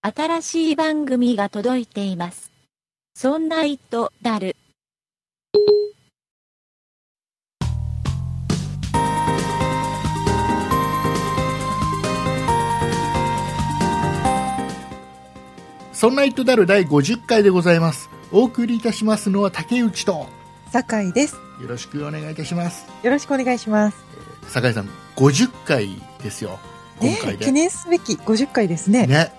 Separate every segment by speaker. Speaker 1: 新しい番組が届いています。そんな糸だる。
Speaker 2: そんな糸だる第50回でございます。お送りいたしますのは竹内と、
Speaker 3: 酒井です。
Speaker 2: よろしくお願いいたします。
Speaker 3: よろしくお願いします。
Speaker 2: 酒井さん、50回ですよ。今
Speaker 3: ね
Speaker 2: 回で。
Speaker 3: 記念すべき50回ですね。
Speaker 2: ね。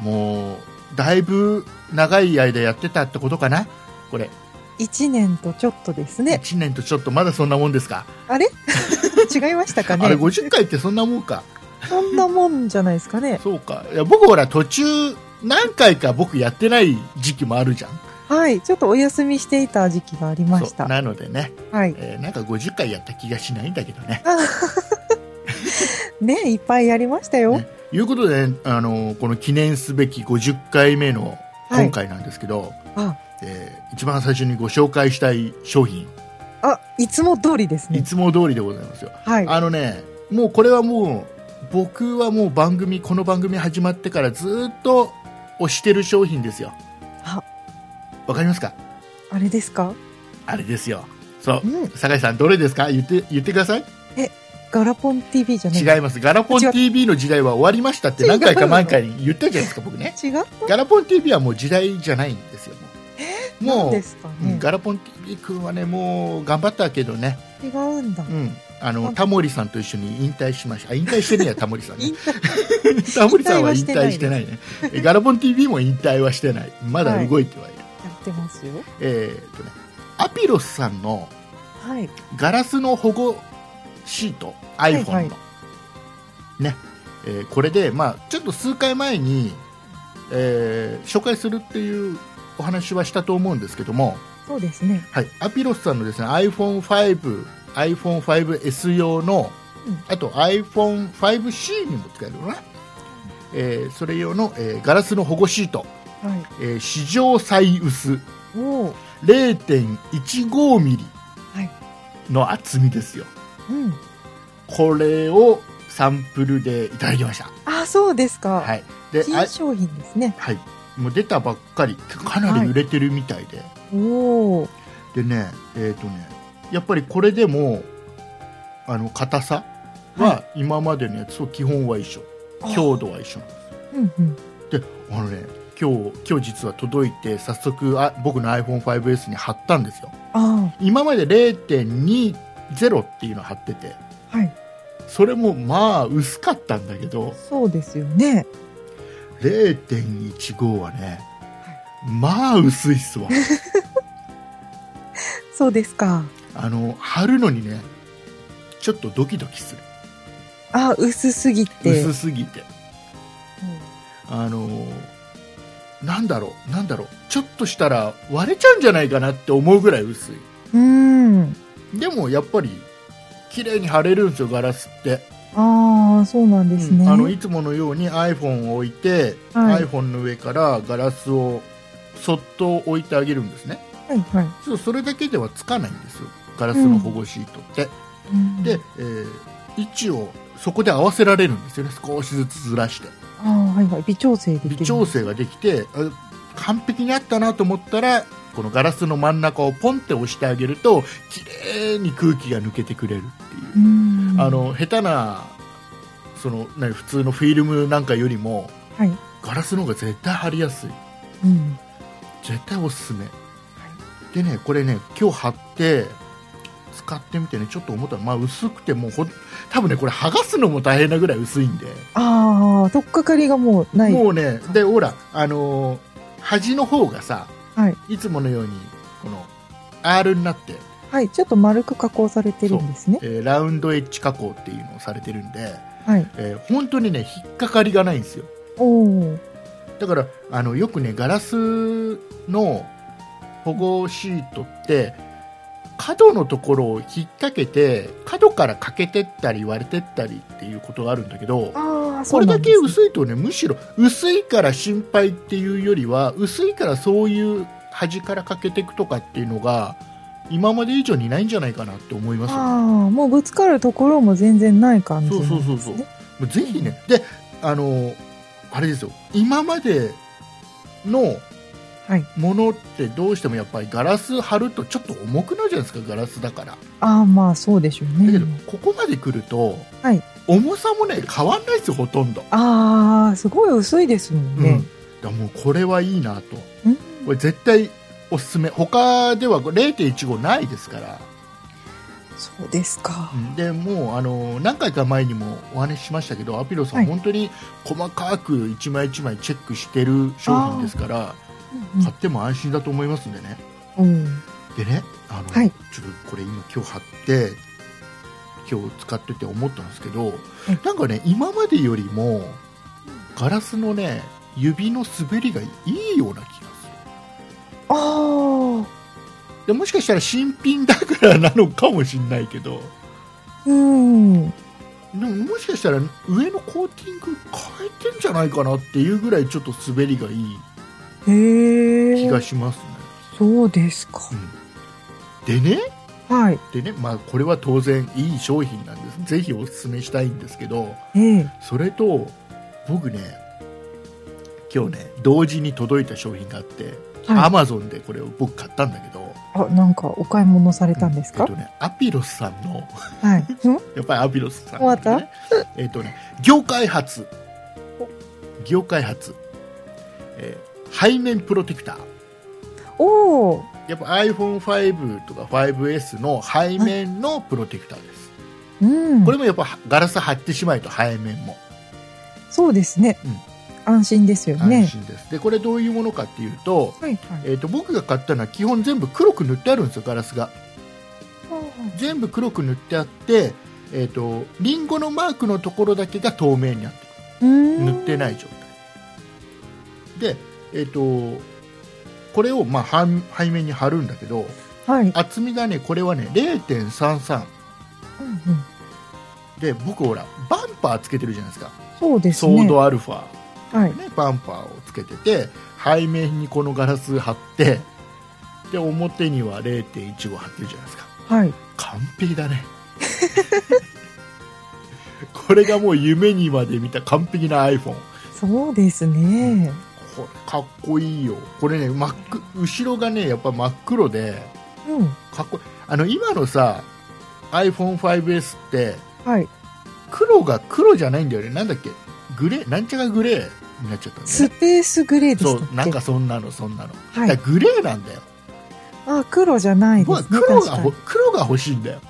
Speaker 2: もう、だいぶ長い間やってたってことかなこれ。
Speaker 3: 1年とちょっとですね。
Speaker 2: 1年とちょっとまだそんなもんですか。
Speaker 3: あれ 違いましたかね
Speaker 2: あれ、50回ってそんなもんか。
Speaker 3: そんなもんじゃないですかね。
Speaker 2: そうか。いや、僕ほら途中、何回か僕やってない時期もあるじゃん。
Speaker 3: はい。ちょっとお休みしていた時期がありまし
Speaker 2: そ
Speaker 3: た。
Speaker 2: う。なのでね、
Speaker 3: はい。
Speaker 2: えーなんか50回やった気がしないんだけどね。
Speaker 3: ねいっぱいやりましたよ。
Speaker 2: ねいうことで、ね、あのこの記念すべき50回目の
Speaker 3: はい
Speaker 2: 今回なんですけど、
Speaker 3: あ
Speaker 2: えー一番最初にご紹介したい商品、
Speaker 3: あ、いつも通りです
Speaker 2: い
Speaker 3: ね。
Speaker 2: つも通りでございますよ。
Speaker 3: はい。
Speaker 2: あのね、もうこれはもう、僕はもう番組、この番組始まってからずっと推してる商品ですよ
Speaker 3: あ。
Speaker 2: わかりますか
Speaker 3: あれですか
Speaker 2: あれですよ。そう
Speaker 3: う。ん。
Speaker 2: 酒井さん、どれですか言って、言ってください。
Speaker 3: ガラポン TV じゃない。
Speaker 2: 違います。ガラポン TV の時代は終わりましたって何回か前回に言ったじゃないですか、僕ね。
Speaker 3: 違う
Speaker 2: ガラポン TV はもう時代じゃないんですよ。もう
Speaker 3: な
Speaker 2: も
Speaker 3: ん
Speaker 2: う、
Speaker 3: ですか
Speaker 2: うん
Speaker 3: ね。
Speaker 2: ガラポン TV 君はね、もう頑張ったけどね、
Speaker 3: 違うんだ
Speaker 2: う。ん、あ
Speaker 3: う
Speaker 2: の
Speaker 3: ん
Speaker 2: タモリさんと一緒に引退しました。あ引退してねえや、タモリさん、ね
Speaker 3: 引。退
Speaker 2: タモリさんは引
Speaker 3: 引退
Speaker 2: 退
Speaker 3: は
Speaker 2: し
Speaker 3: してて
Speaker 2: ないね。えガラポン TV も引退はしてない。まだ動いてはいる。
Speaker 3: やってますよ。
Speaker 2: えーっとね、アピロスさんの
Speaker 3: はい。
Speaker 2: ガラスの保護シート、iPhone の。
Speaker 3: はいはい
Speaker 2: ね。えーこれで、まあ、ちょっと数回前に、えー紹介するっていうお話はしたと思うんですけども、
Speaker 3: そうですね。
Speaker 2: はい、アピロスさんのですね iPhone5、iPhone5S 用の、
Speaker 3: うん
Speaker 2: あと iPhone5C にも使えるのかな、えーそれ用の、えーガラスの保護シート、
Speaker 3: はい。
Speaker 2: えー史上最薄
Speaker 3: おー
Speaker 2: 0.15ミリ
Speaker 3: はい
Speaker 2: の厚みですよ、
Speaker 3: うん。
Speaker 2: これをサンプルでいただきました。
Speaker 3: あ、そうですか。
Speaker 2: はい、であ
Speaker 3: 新商品ですね。
Speaker 2: はい、もう出たばっかり、かなり売れてるみたいで。
Speaker 3: おお、
Speaker 2: でねえっ、とねやっぱりこれでもあの硬さは今までのやつと基本は一緒、
Speaker 3: あ
Speaker 2: 強度は一緒なんで
Speaker 3: うんうん、
Speaker 2: すであのね今日今日実は届いて早速あ僕の iPhone5S に貼ったんですよ
Speaker 3: あ
Speaker 2: 今まで0.20っていうの貼ってて
Speaker 3: あ、はい、
Speaker 2: それもまあ薄かったんだけど
Speaker 3: そうですよね。
Speaker 2: 0.15はねまあ薄いっすわ
Speaker 3: そうですか。
Speaker 2: あの貼るのにねちょっとドキドキする
Speaker 3: あ、薄すぎて。
Speaker 2: 薄すぎてあのなんだろう、なんだろう、ちょっとしたら割れちゃうんじゃないかなって思うぐらい薄い。
Speaker 3: うん、うん
Speaker 2: でもやっぱり、綺麗に貼れるんですよ、ガラスって。
Speaker 3: ああ、そうなんですね。
Speaker 2: うんあのいつものように iPhone を置いて、
Speaker 3: はい
Speaker 2: iPhone の上からガラスをそっと置いてあげるんですね。
Speaker 3: はいはい。
Speaker 2: そうそれだけではつかないんですよ、ガラスの保護シートって。
Speaker 3: うん
Speaker 2: で、えー位置をそこで合わせられるんですよね、少しずつずらして。
Speaker 3: ああ、はいはい、微調整できる。
Speaker 2: 微調整ができてあ完璧にあったなと思ったらこのガラスの真ん中をポンって押してあげると綺麗に空気が抜けてくれるって
Speaker 3: う
Speaker 2: いう、
Speaker 3: ん、
Speaker 2: あ、の下手なその何普通のフィルムなんかよりも
Speaker 3: はい、
Speaker 2: ガラスの方が絶対貼りやすい
Speaker 3: うん、
Speaker 2: 絶対おすすめ、でねこれね今日貼って使ってみてねちょっと思ったのまあ薄くてもうほん多分ねこれ剥がすのも大変なぐらい薄いんで、
Speaker 3: ああ、取っかかりがもうない。
Speaker 2: もうね、で、ほら、あのー端の方がさ、、
Speaker 3: はい
Speaker 2: つものように、この、R になって、
Speaker 3: はい、ちょっと丸く加工されてるんですね。
Speaker 2: えーラウンドエッジ加工っていうのをされてるんで、
Speaker 3: はい、
Speaker 2: えー本当にね、引っかかりがないんですよ。
Speaker 3: おお、
Speaker 2: だから、あの、よくね、ガラスの保護シートって、角のところを引っ掛けて、角から欠けてったり割れてったりっていうことがあるんだけど、
Speaker 3: ああ、
Speaker 2: こ
Speaker 3: そう
Speaker 2: れ
Speaker 3: な
Speaker 2: だ
Speaker 3: んで
Speaker 2: け
Speaker 3: す
Speaker 2: 薄
Speaker 3: ね
Speaker 2: いとねむしろ薄いから心配っていうよりは薄いからそういう端からかけていくとかっていうのが今まで以上にないんじゃないかなって思いますよね
Speaker 3: ああ、もうぶつかるところも全然ない感じ
Speaker 2: そ
Speaker 3: な
Speaker 2: うそうんそう
Speaker 3: で
Speaker 2: そ
Speaker 3: す
Speaker 2: う
Speaker 3: ね。
Speaker 2: もうぜひねであのあれですよ今までの
Speaker 3: はい。
Speaker 2: ものってどうしてもやっぱりガラス貼るとちょっと重くなるじゃないですかガラスだから
Speaker 3: ああ、まあそうでしょう
Speaker 2: だ
Speaker 3: ね。
Speaker 2: けど、ここまで来ると、
Speaker 3: はい
Speaker 2: 重さもね変わんないですよほとんど、
Speaker 3: ああ、すごい薄いですもん
Speaker 2: うんだ
Speaker 3: ね
Speaker 2: か。らもうこれはいいなと
Speaker 3: うん
Speaker 2: これ絶対おすすめ他では0.15ないですから
Speaker 3: そうですか。
Speaker 2: でもうあの何回か前にもお話ししましたけどアピロさん、
Speaker 3: はい
Speaker 2: 本当に細かく一枚一枚チェックしてる商品ですから買っても安心だと思いますんでね
Speaker 3: うんうん
Speaker 2: でねあの、
Speaker 3: はい
Speaker 2: ちょっとこれ今今日貼って今日使ってて思ったんですけど、
Speaker 3: い
Speaker 2: なんかね今までよりもガラスのね指の滑りがいいような気がす
Speaker 3: ああ、
Speaker 2: るでもしかしたら新品だからなのかもしれないけど
Speaker 3: うん。
Speaker 2: でももしかしたら上のコーティング変えてんじゃないかなっていうぐらいちょっと滑りがいい
Speaker 3: へ
Speaker 2: 気
Speaker 3: え
Speaker 2: が。しますね、
Speaker 3: そうですか。
Speaker 2: うんでね
Speaker 3: はい。
Speaker 2: でね、まあ、これは当然いい商品なんですぜひおすすめしたいんですけど
Speaker 3: ええ。
Speaker 2: それと僕ね今日ね同時に届いた商品があって、ア
Speaker 3: はい。
Speaker 2: マゾンでこれを僕買ったんだけど
Speaker 3: あ、なんかお買い物されたんですか
Speaker 2: えっとね、アピロスさんの
Speaker 3: はい。うん
Speaker 2: やっぱりアピロスさん
Speaker 3: また
Speaker 2: ね、えっとね業界初業界初、えー背面プロテクター
Speaker 3: おお。
Speaker 2: やっぱ iPhone5 とか 5S の背面のプロテクターです、
Speaker 3: うん
Speaker 2: こ。れもやっぱガラス張ってしまえと背面も
Speaker 3: そうですね。安心ですよ
Speaker 2: 安
Speaker 3: ね。
Speaker 2: 心です、でこれどういうものかっていうと,、
Speaker 3: はいはい。
Speaker 2: えー、と僕が買ったのは基本全部黒く塗ってあるんですよガラスが全部黒く塗ってあってえーとリンゴのマークのところだけが透明になってる塗
Speaker 3: 塗
Speaker 2: ってない状態でえっ、とこれをまあ半背面に貼るんだけど
Speaker 3: はい。うん
Speaker 2: 厚みがねこれはね0.33
Speaker 3: うん
Speaker 2: で僕ほらバンパーつけてるじゃないですか
Speaker 3: そうです
Speaker 2: ソー
Speaker 3: ね。
Speaker 2: ドアルファ、
Speaker 3: はい。
Speaker 2: ね、バンパーをつけてて背面にこのガラス貼ってで表には0.15貼ってるじゃないですか
Speaker 3: はい。
Speaker 2: 完璧だ ねこれがもう夢にまで見た完璧な iPhone
Speaker 3: そうですね。
Speaker 2: これかっこいいよこれね真っ黒後ろがねやっぱ真っ黒で
Speaker 3: うん。
Speaker 2: かっこいいあの今のさ iPhone5S って
Speaker 3: はい。
Speaker 2: 黒が黒じゃないんだよねなんだっけグレーなんちゃらグレーになっちゃったんだよ
Speaker 3: ス
Speaker 2: ね
Speaker 3: ペースグレーで
Speaker 2: そ
Speaker 3: し
Speaker 2: う
Speaker 3: た
Speaker 2: な
Speaker 3: っ
Speaker 2: ん
Speaker 3: け
Speaker 2: かそんなのそんなの、
Speaker 3: は
Speaker 2: だか
Speaker 3: い。
Speaker 2: らグレーなんだよ
Speaker 3: あ、黒じゃないで
Speaker 2: 僕は
Speaker 3: すね。
Speaker 2: 黒
Speaker 3: 確
Speaker 2: が
Speaker 3: か
Speaker 2: ほ
Speaker 3: に。
Speaker 2: 黒が欲しいんだよ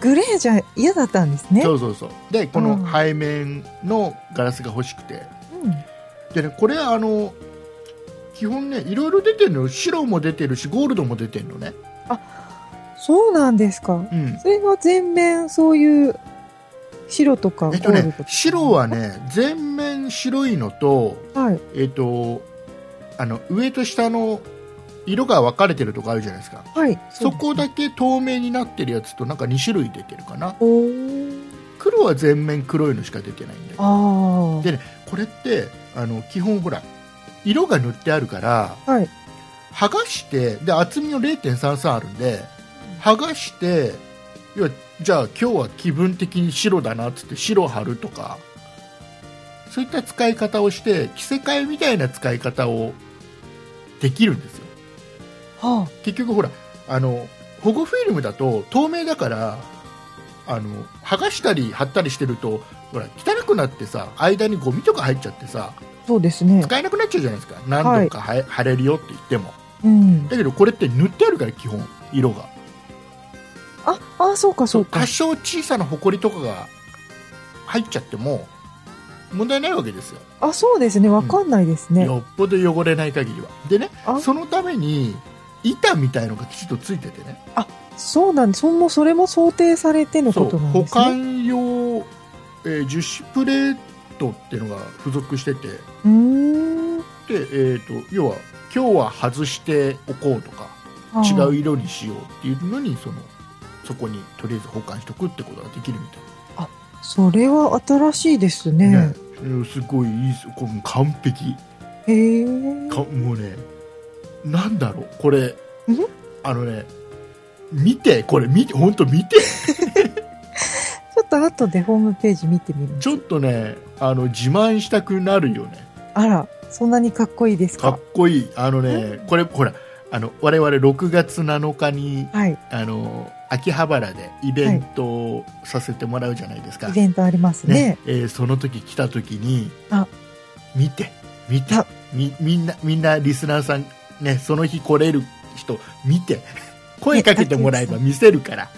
Speaker 3: グレーじゃ嫌だったんですね。
Speaker 2: そううそうそうでこの背面のガラスが欲しくて
Speaker 3: ん。
Speaker 2: でねこれあの基本ねいろいろ出てるのよ白も出てるしゴールドも出てるのね
Speaker 3: そうなんですか。
Speaker 2: うん
Speaker 3: それは全面そういう白とかゴ
Speaker 2: えっと
Speaker 3: ール
Speaker 2: ね
Speaker 3: ドとか。
Speaker 2: 白はね全面白いのと
Speaker 3: はい。
Speaker 2: えっとあの上と下の色が分かれてるとこあるじゃないですか
Speaker 3: はい。
Speaker 2: そこだけ透明になってるやつとなんか2種類出てるかな
Speaker 3: おー
Speaker 2: 黒は全面黒いのしか出てないんで
Speaker 3: あ
Speaker 2: でこれってあの基本ほら色が塗ってあるから
Speaker 3: あ。はい。
Speaker 2: 剥がしてで厚みの0.33あるんで剥がしていやじゃあ今日は気分的に白だなっつって白貼るとかそういった使い方をして着せ替えみたいな使い方をできるんですよ
Speaker 3: は
Speaker 2: 結局ほらあの保護フィルムだと透明だからあの剥がしたり貼ったりしてるとほら汚くなってさ間にゴミとか入っちゃってさ
Speaker 3: あ。そうですね。
Speaker 2: 使えなくなっちゃうじゃないですか何度かは貼れるよって言っても
Speaker 3: うん。
Speaker 2: だけどこれって塗ってあるから基本色が
Speaker 3: あ、あ、そうかそうか
Speaker 2: 多。少小さなホコリとかが入っちゃっても問題ないわけですよ、
Speaker 3: あ、そうですね。わかんないですね。
Speaker 2: よっぽど汚れない限りはでね
Speaker 3: あ
Speaker 2: そのために板みたいのがきちっとついててね
Speaker 3: そうなんです。そんもそれも想定されての
Speaker 2: そ
Speaker 3: こ
Speaker 2: う
Speaker 3: となん
Speaker 2: 保
Speaker 3: ですね。
Speaker 2: 管用、えー樹脂プレートっていうのが付属しててで、
Speaker 3: うーん。
Speaker 2: えー、と要は今日は外しておこうとか
Speaker 3: あ
Speaker 2: 違
Speaker 3: ー
Speaker 2: う。色にしようっていうのにそのそこにとりあえず保管しとくってことができるみたい
Speaker 3: それは新しいです
Speaker 2: な、
Speaker 3: ね。
Speaker 2: うんすごいいいですよこれもう完璧
Speaker 3: へえ。
Speaker 2: かもうねなんだろうこれあのね見てこれ見て本当見て
Speaker 3: ちょっと後でホームページ見てみます。
Speaker 2: ちょっとねあの自慢したくなるよね
Speaker 3: あら、そんなにかっこいいです
Speaker 2: か
Speaker 3: か
Speaker 2: っ。こいいあのねこれほらあの我々6月7日に
Speaker 3: はい、イ
Speaker 2: あの秋葉原でイベントをさせてもらうじゃないですか、
Speaker 3: ベントあります
Speaker 2: ね
Speaker 3: ね。
Speaker 2: えーその時来た時に
Speaker 3: あ
Speaker 2: 見て見て
Speaker 3: あ
Speaker 2: みみんなみんなリスナーさん、ね、その日来れる人見て 声かけてもらえば見せる から、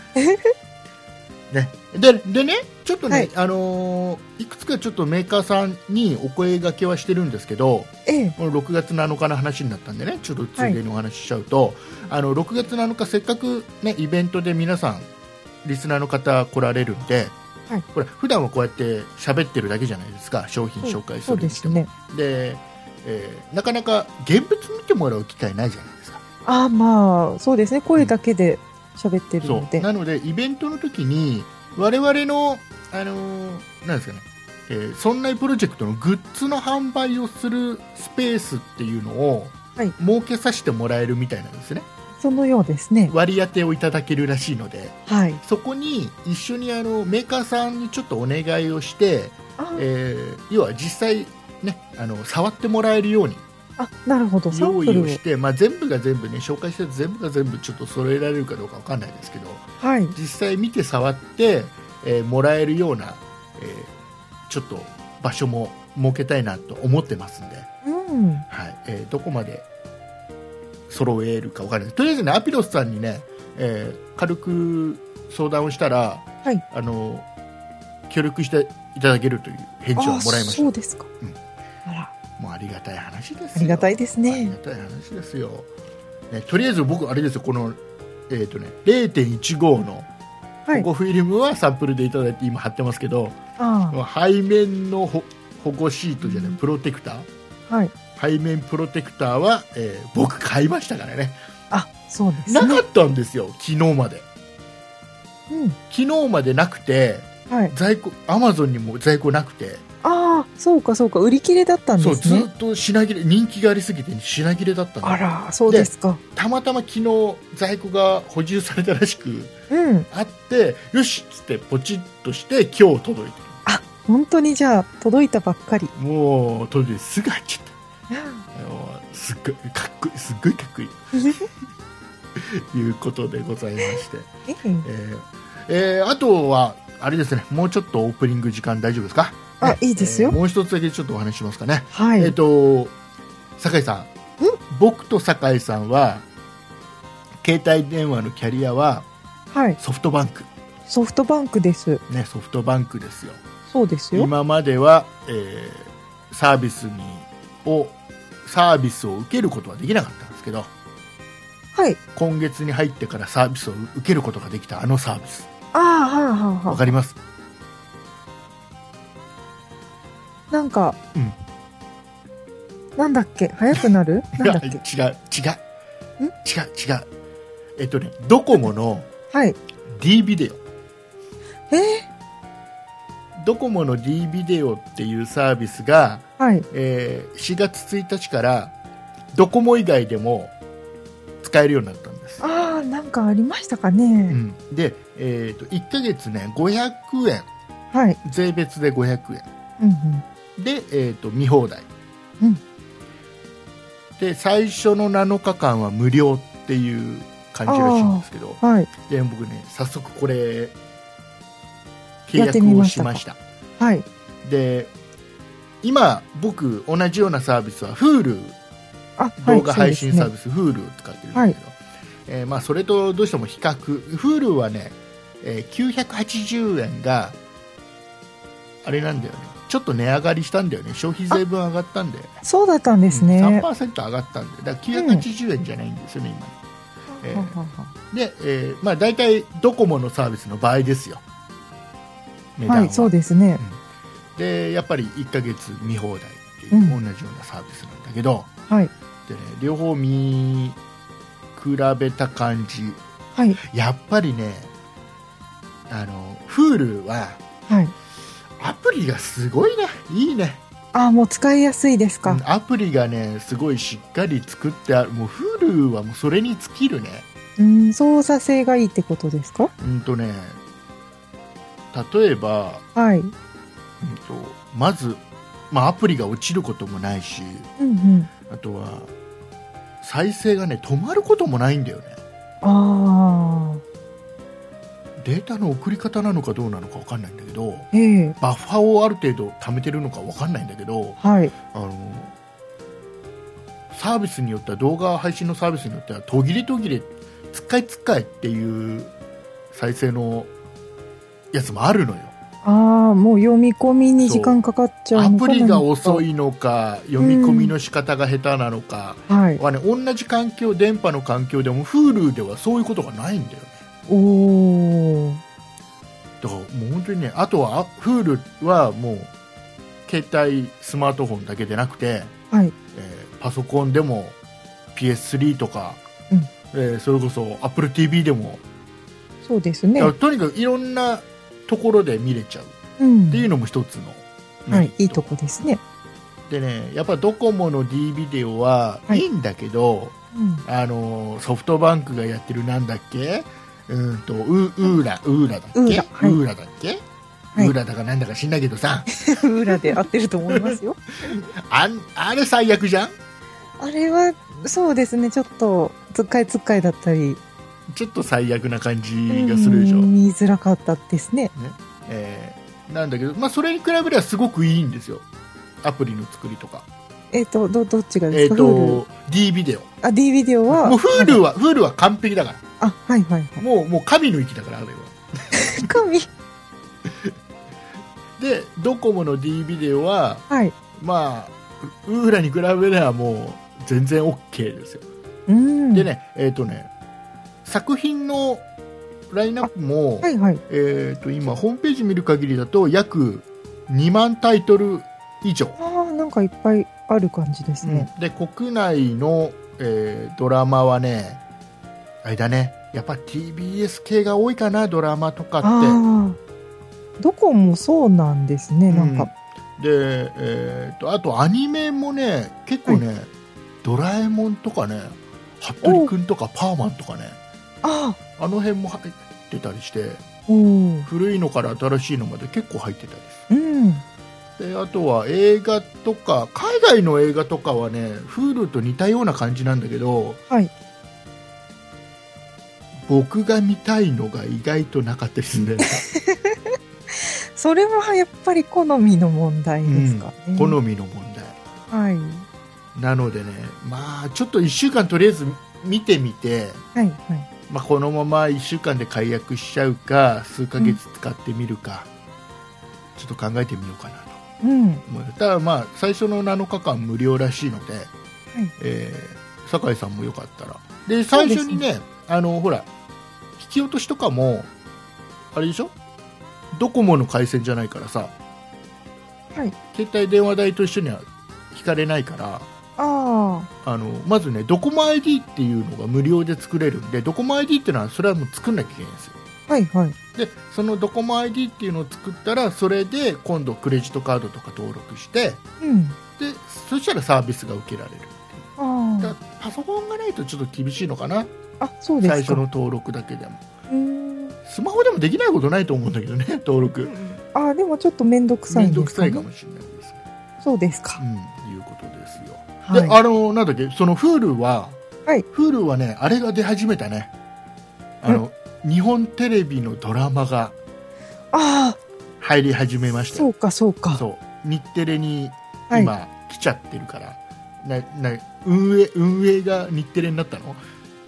Speaker 2: ね、ででねちょっとね、
Speaker 3: はい
Speaker 2: いあのーいくつかちょっとメーカーさんにお声掛けはしてるんですけど
Speaker 3: ええ、
Speaker 2: この6月7日の話になったんでねちょっとついでにお話ししちゃうと、あの6月7日せっかく、ね、イベントで皆さんリスナーの方来られるんで、
Speaker 3: はい
Speaker 2: ほら普段はこうやって喋ってるだけじゃないですか商品紹介す
Speaker 3: そう
Speaker 2: る
Speaker 3: で
Speaker 2: にして
Speaker 3: す
Speaker 2: も、
Speaker 3: ね。
Speaker 2: で、えーなかなか現物見てもらう機会ないじゃないですか、
Speaker 3: あー、まあ、そうですね。声だけで喋ってる
Speaker 2: そ
Speaker 3: の
Speaker 2: う
Speaker 3: で。
Speaker 2: なのでイベントの時に我々の、あのーなんですかねえーそんなプロジェクトのグッズの販売をするスペースっていうのを
Speaker 3: はい
Speaker 2: 設けさせてもらえるみたいなんですね、
Speaker 3: そのようですね。
Speaker 2: 割り当てをいただけるらしいので
Speaker 3: はい。
Speaker 2: そこに一緒にあのメーカーさんにちょっとお願いをして、
Speaker 3: あー、
Speaker 2: えー要は実際、ね、あの触ってもらえるように
Speaker 3: あなるほど。サン
Speaker 2: 用
Speaker 3: プ
Speaker 2: 意
Speaker 3: ルを
Speaker 2: を。して、まあ、全部が全部ね紹介して全部が全部ちょっと揃えられるかどうかわかんないですけど
Speaker 3: はい。
Speaker 2: 実際見て触って、えーもらえるような、えーちょっと場所も設けたいなと思ってますんで、
Speaker 3: うん。
Speaker 2: はいえーどこまで揃えるかわからないとりあえずねアピロスさんにね、えー軽く相談をしたら、
Speaker 3: はい
Speaker 2: あの協力していただけるという返事をもらいました
Speaker 3: あーそうですか。
Speaker 2: うん
Speaker 3: あら、
Speaker 2: もうありがたい話ですよ
Speaker 3: ありがたいです
Speaker 2: ありが
Speaker 3: ね。
Speaker 2: たい話ですよ、ね、とりあえず僕あれですよこのえっ、とね0.15の
Speaker 3: は
Speaker 2: 保
Speaker 3: い。
Speaker 2: 護フィルムはサンプルでいただいて今貼ってますけど、
Speaker 3: あ
Speaker 2: 背面のほ保護シートじゃないプロテクター
Speaker 3: あ、はい。
Speaker 2: 背面プロテクターは、えー僕買いましたからね
Speaker 3: あ、そうです
Speaker 2: な
Speaker 3: ね。
Speaker 2: かったんですよ昨日まで
Speaker 3: うん。
Speaker 2: 昨日までなくて
Speaker 3: はい。
Speaker 2: 在庫アマゾンにも在庫なくて
Speaker 3: ああ、そうかそうか。売り切れだったん
Speaker 2: そう
Speaker 3: です
Speaker 2: ずっ
Speaker 3: ね。
Speaker 2: と品切れ人気がありすぎて品切れだったの
Speaker 3: あら、そうですか。
Speaker 2: たまたま昨日在庫が補充されたらしく
Speaker 3: うん。
Speaker 2: あってよしっつってポチッとして今日届いて
Speaker 3: 本当にじゃあ、届いたばっかり。
Speaker 2: るもう届いてすぐ入っちゃったあのすっごいかっこいいすっごいかっこい いいうことでございまして、
Speaker 3: ええ
Speaker 2: えーえーあとはあれですねもうちょっとオープニング時間大丈夫ですか
Speaker 3: あ
Speaker 2: ね
Speaker 3: いいですよ
Speaker 2: もう一つだけちょっとお話ししますかね、
Speaker 3: は
Speaker 2: えっ、
Speaker 3: い。
Speaker 2: と酒井さん僕と酒井さんは携帯電話のキャリアは
Speaker 3: はい。
Speaker 2: ソフトバンク
Speaker 3: ソフトバンクです。
Speaker 2: ね、ソフトバンクですよ
Speaker 3: そうですよ。
Speaker 2: 今までは、えーサービスにをサービスを受けることはできなかったんですけど
Speaker 3: はい。
Speaker 2: 今月に入ってからサービスを受けることができたあのサービス
Speaker 3: ああ、はあ、はあ、
Speaker 2: わ
Speaker 3: は
Speaker 2: かります
Speaker 3: あ。なんか、
Speaker 2: うん
Speaker 3: なんだっけ早く なる
Speaker 2: い
Speaker 3: なん
Speaker 2: や
Speaker 3: だっ
Speaker 2: 違う違う
Speaker 3: け
Speaker 2: 違う違うえっとねドコモの
Speaker 3: はい。
Speaker 2: D ビデオ
Speaker 3: え
Speaker 2: ドコモの D ビデオっていうサービスが、
Speaker 3: ーはい。
Speaker 2: えー4月1日からドコモ以外でも使えるようになったんです
Speaker 3: ああ、なんかありましたか
Speaker 2: う
Speaker 3: ね。
Speaker 2: ん、で、えー、と1ヶ月ね500円
Speaker 3: はい。
Speaker 2: 税別で500円
Speaker 3: うんうん。
Speaker 2: で、えー、と見放題、
Speaker 3: うん
Speaker 2: で最初の7日間は無料っていう感じらしいんですけど
Speaker 3: はい。
Speaker 2: で僕ね早速これ契
Speaker 3: やってみ
Speaker 2: 約を
Speaker 3: ま
Speaker 2: し
Speaker 3: したか
Speaker 2: ました
Speaker 3: はい。
Speaker 2: で今僕同じようなサービスは Hulu
Speaker 3: あ、はい。
Speaker 2: 動画配信
Speaker 3: そ
Speaker 2: サー
Speaker 3: うで
Speaker 2: ビス、Hulu を使ってるんだけど、えーまあ、それとどうしても比較 Hulu はね、えー980円があれなんだよねちょっと値上がりしたんだよね消費税分上がったんで
Speaker 3: すね。そうだったんですね。は
Speaker 2: 3%上がったんでだから980円じゃないんですよね、えー
Speaker 3: あはあは
Speaker 2: 今ねで、えーまあ、大体ドコモのサービスの倍ですよ値
Speaker 3: あ
Speaker 2: 段は、
Speaker 3: はい、そうですね。
Speaker 2: でやっぱり1ヶ月見放題っていう、
Speaker 3: う
Speaker 2: 同じようなサービスなんだけど、
Speaker 3: はい。
Speaker 2: でね両方見比べた感じ
Speaker 3: はい。
Speaker 2: やっぱりねあの Hulu は
Speaker 3: はい。
Speaker 2: アプリがすごいねいいね
Speaker 3: ああ、もう使いやすいですか。
Speaker 2: うんアプリがねすごいしっかり作ってあるもう Hulu はもうそれに尽きるね
Speaker 3: うん、操作性がいいってことですか
Speaker 2: うんとね例えば、
Speaker 3: はい。
Speaker 2: うんとまず、まあ、アプリが落ちることもないし
Speaker 3: うんうん。
Speaker 2: あとは再生がね止まることもないんだよね
Speaker 3: あ
Speaker 2: データの送り方なのかどうなのか分かんないんだけど
Speaker 3: あ。ええ
Speaker 2: バッファーをある程度貯めてるのか分かんないんだけど
Speaker 3: はい。
Speaker 2: あのサービスによっては動画配信のサービスによっては途切れ途切れつっかいつっかいっていう再生のやつもあるのよ
Speaker 3: ああ、もう読み込みに時間かかっちゃう
Speaker 2: ア
Speaker 3: の
Speaker 2: プ
Speaker 3: かな
Speaker 2: リが
Speaker 3: な
Speaker 2: 遅
Speaker 3: ん
Speaker 2: いのか読み込みの仕方が下手なのか、
Speaker 3: かはい。
Speaker 2: はね、同じ環境電波の環境でも Hulu ではそういうことがないんだよね
Speaker 3: おお。
Speaker 2: だからもう本当にねあとはあ Hulu はもう携帯スマートフォンだけでなくて、
Speaker 3: はい。
Speaker 2: えーパソコンでも PS3 とか、
Speaker 3: うん
Speaker 2: えーそれこそ AppleTV でも、
Speaker 3: そうですね
Speaker 2: だか。らとにかくいろんなところで見れちゃうっ
Speaker 3: うん
Speaker 2: て。いうのも一つのメ
Speaker 3: は
Speaker 2: リッ
Speaker 3: い。いいとこですね。
Speaker 2: でねやっぱドコモの D ビデオは
Speaker 3: はい
Speaker 2: いいんだけど、
Speaker 3: うん。
Speaker 2: あのソフトバンクがやってるなんだっけうーんとウウーラウーラだっけ
Speaker 3: ウーラはい
Speaker 2: ウーラだっけ、
Speaker 3: はい
Speaker 2: ウーラだかなんだか知んないけどさ
Speaker 3: 裏で合ってると思いますよ。
Speaker 2: あんあれ最悪じゃん
Speaker 3: あれは、そうですね。ちょっと、つっかいつっかいだったり。
Speaker 2: ちょっと最悪な感じがするでしょ、
Speaker 3: うん見づらかったですね。
Speaker 2: えーなんだけど、まあ、それに比べればすごくいいんですよアプリの作りとか
Speaker 3: えっ、と、ど、どっちが
Speaker 2: えっ、
Speaker 3: ですか、Hulu
Speaker 2: と D ビデオ
Speaker 3: あ、D ビデオは。
Speaker 2: もう Hulu は Hulu は完璧だか
Speaker 3: あ、はいはいは。
Speaker 2: らもうもう神の域だからあれはい
Speaker 3: 神。
Speaker 2: でドコモの D ビデオは
Speaker 3: はい。
Speaker 2: まあウーラに比べればもう全然 OK ですよ
Speaker 3: うん。
Speaker 2: で。ね、えっ、とね、作品のラインナップも、
Speaker 3: はいはい。
Speaker 2: えっ、と、今、ホームページ見る限りだと、約2万タイトル以上。
Speaker 3: ああ、なんかいっぱいある感じですね。
Speaker 2: で、国内の、えードラマはね、あれだね、やっぱ TBS 系が多いかな、ドラマとかっ
Speaker 3: ああ。どこもそうなんですね。
Speaker 2: て。
Speaker 3: なんか。
Speaker 2: うんで、えっ、と、あとアニメもね、結構ね、ドラえもんとかね、服部くんとかパーマンとかね、
Speaker 3: ああ。
Speaker 2: あの辺も入ってたりして、
Speaker 3: おお。
Speaker 2: 古いのから新しいのまで結構入ってたり
Speaker 3: うん。
Speaker 2: すであとは映画とか海外の映画とかはね Hulu と似たような感じなんだけど、
Speaker 3: はい
Speaker 2: 僕が見たいのが意外となかったですね
Speaker 3: それはやっぱり好みの問題 ですかね。
Speaker 2: 好みの問題
Speaker 3: はい。
Speaker 2: なのでねまあちょっと1週間とりあえず見てみて、
Speaker 3: はいはい。
Speaker 2: まあ、このまま1週間で解約しちゃうか数ヶ月使ってみるか、ちょっと考えてみようかなと
Speaker 3: うん。
Speaker 2: 思いますただまあ最初の7日間無料らしいので、えー酒井さんもよかったらで
Speaker 3: そう
Speaker 2: 最
Speaker 3: です
Speaker 2: 初
Speaker 3: ね
Speaker 2: にねあのほら引き落としとかもあれでしょドコモの回線じゃないからさ、
Speaker 3: はい
Speaker 2: 携帯電話代と一緒には引かれないから
Speaker 3: あ
Speaker 2: あのまずねドコモ ID っていうのが無料で作れるんでドコモ ID っていうのはそれはもう作んなきゃいけないんですよ
Speaker 3: あ。はいはい。
Speaker 2: でそのドコモ ID っていうのを作ったらそれで今度クレジットカードとか登録して
Speaker 3: うん。
Speaker 2: でそしたらサービスが受けられる
Speaker 3: あ
Speaker 2: だからパソコンがないとちょっと厳しいのかな
Speaker 3: あ。あ、そうですか。
Speaker 2: 最初の登録だけでも
Speaker 3: うん。
Speaker 2: スマホでもできないことないと思うんだけどね 登録
Speaker 3: ああ、でもちょっとめんどくさい
Speaker 2: め
Speaker 3: ん
Speaker 2: んど
Speaker 3: で
Speaker 2: く
Speaker 3: すか、
Speaker 2: さい
Speaker 3: ね。
Speaker 2: かもしれないですけ
Speaker 3: そうですか
Speaker 2: ど。うんいうことですよ、
Speaker 3: は
Speaker 2: で
Speaker 3: い。
Speaker 2: あのなんだっけその Hulu は、
Speaker 3: はい
Speaker 2: Hulu はねあれが出始めたねあの日本テレビのドラマが
Speaker 3: あ
Speaker 2: 入り始め
Speaker 3: あ、
Speaker 2: ました
Speaker 3: そ
Speaker 2: よ
Speaker 3: うか、そうか。
Speaker 2: そう日テレに
Speaker 3: はい。
Speaker 2: 今来ちゃってるから、なな運営運営が日テレになったの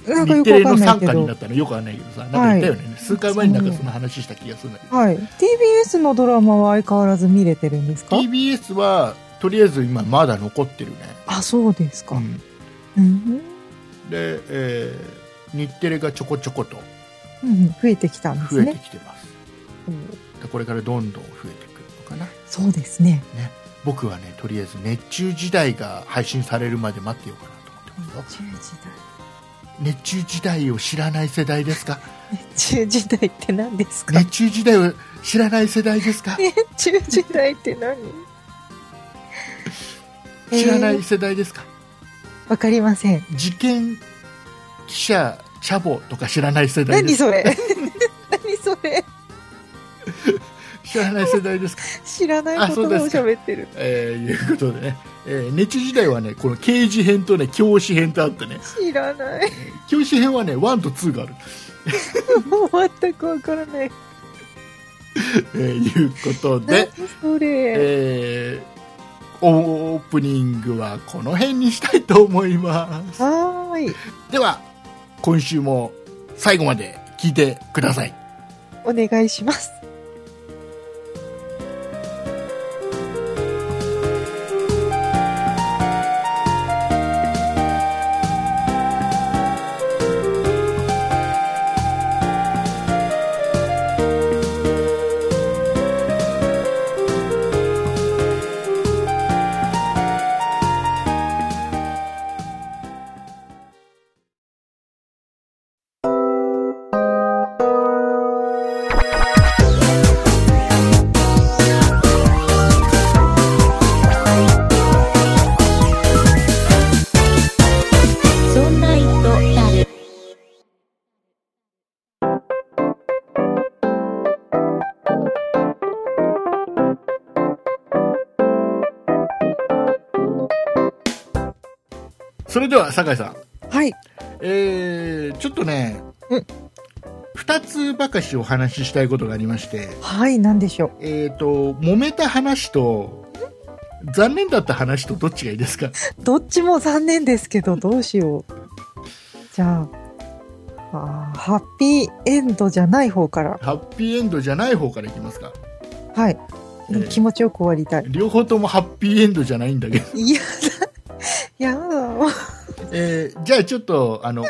Speaker 3: なんか
Speaker 2: 日
Speaker 3: よ
Speaker 2: テ
Speaker 3: く
Speaker 2: レ
Speaker 3: わか
Speaker 2: の
Speaker 3: んな
Speaker 2: 傘
Speaker 3: いけ
Speaker 2: 下に
Speaker 3: ど
Speaker 2: な。ったのよくわかんないけどさなんか言ったよね、数回前になんかその話した気がするんだけど、
Speaker 3: はい。TBS のドラマは相変わらず見れてるんですか
Speaker 2: TBS はとりあえず今まだ残ってるね、
Speaker 3: あ、そうです
Speaker 2: う
Speaker 3: か。
Speaker 2: ん、
Speaker 3: うん。
Speaker 2: で、えー日テレがちょこちょこと
Speaker 3: うん、増えてきたんで
Speaker 2: 増
Speaker 3: す
Speaker 2: えて
Speaker 3: ね。
Speaker 2: きてます
Speaker 3: うん
Speaker 2: でこれからどんどん増えてくるのかな
Speaker 3: そうですね。
Speaker 2: 僕はねとりあえず熱中時代が配信されるまで待ってようかなと思ってますよ
Speaker 3: 10時代。
Speaker 2: 熱中時代を知らない世代ですか
Speaker 3: 10時代って何です か
Speaker 2: 熱中時代を知らない世代ですか
Speaker 3: ?10 時代って何
Speaker 2: 知らな
Speaker 3: え
Speaker 2: い
Speaker 3: ー
Speaker 2: 世代ですか
Speaker 3: わかりません。
Speaker 2: 事件記者チャボとか知らない世代で
Speaker 3: 何
Speaker 2: す
Speaker 3: それ何それ
Speaker 2: 知らない世代ですか、
Speaker 3: 知らない言葉を喋ってる。
Speaker 2: えー、いうことでね、えー、ネチ時代はねこの刑事編とね教師編とあってね
Speaker 3: 知らない。
Speaker 2: 教師編はね1と2がある
Speaker 3: もう 全くわからない。
Speaker 2: えーいうこと
Speaker 3: な
Speaker 2: で
Speaker 3: ん、それ。
Speaker 2: えーオープニングはこの辺にしたいと思います
Speaker 3: はーい。
Speaker 2: では今週も最後まで聞いてください
Speaker 3: お願いします。
Speaker 1: そんな糸だる、
Speaker 2: それでは酒井さん
Speaker 3: はい。
Speaker 2: えーちょっとね、
Speaker 3: うん
Speaker 2: 2つばかしお話ししたいことがありまして、
Speaker 3: はい、なんでしょう。
Speaker 2: えー、と揉めた話と残念だった話とどっちがいいです か
Speaker 3: どっちも残念ですけど、どうしよう。じゃあ、あーハッピーエンドじゃない方から。
Speaker 2: ハッピーエンドじゃない方からいきますか、
Speaker 3: はい。
Speaker 2: えー
Speaker 3: 気持ちよく終わりたい。
Speaker 2: 両方ともハッピーエンドじゃないんだけど、
Speaker 3: いやだ。やだ。
Speaker 2: えーじゃあちょっとあの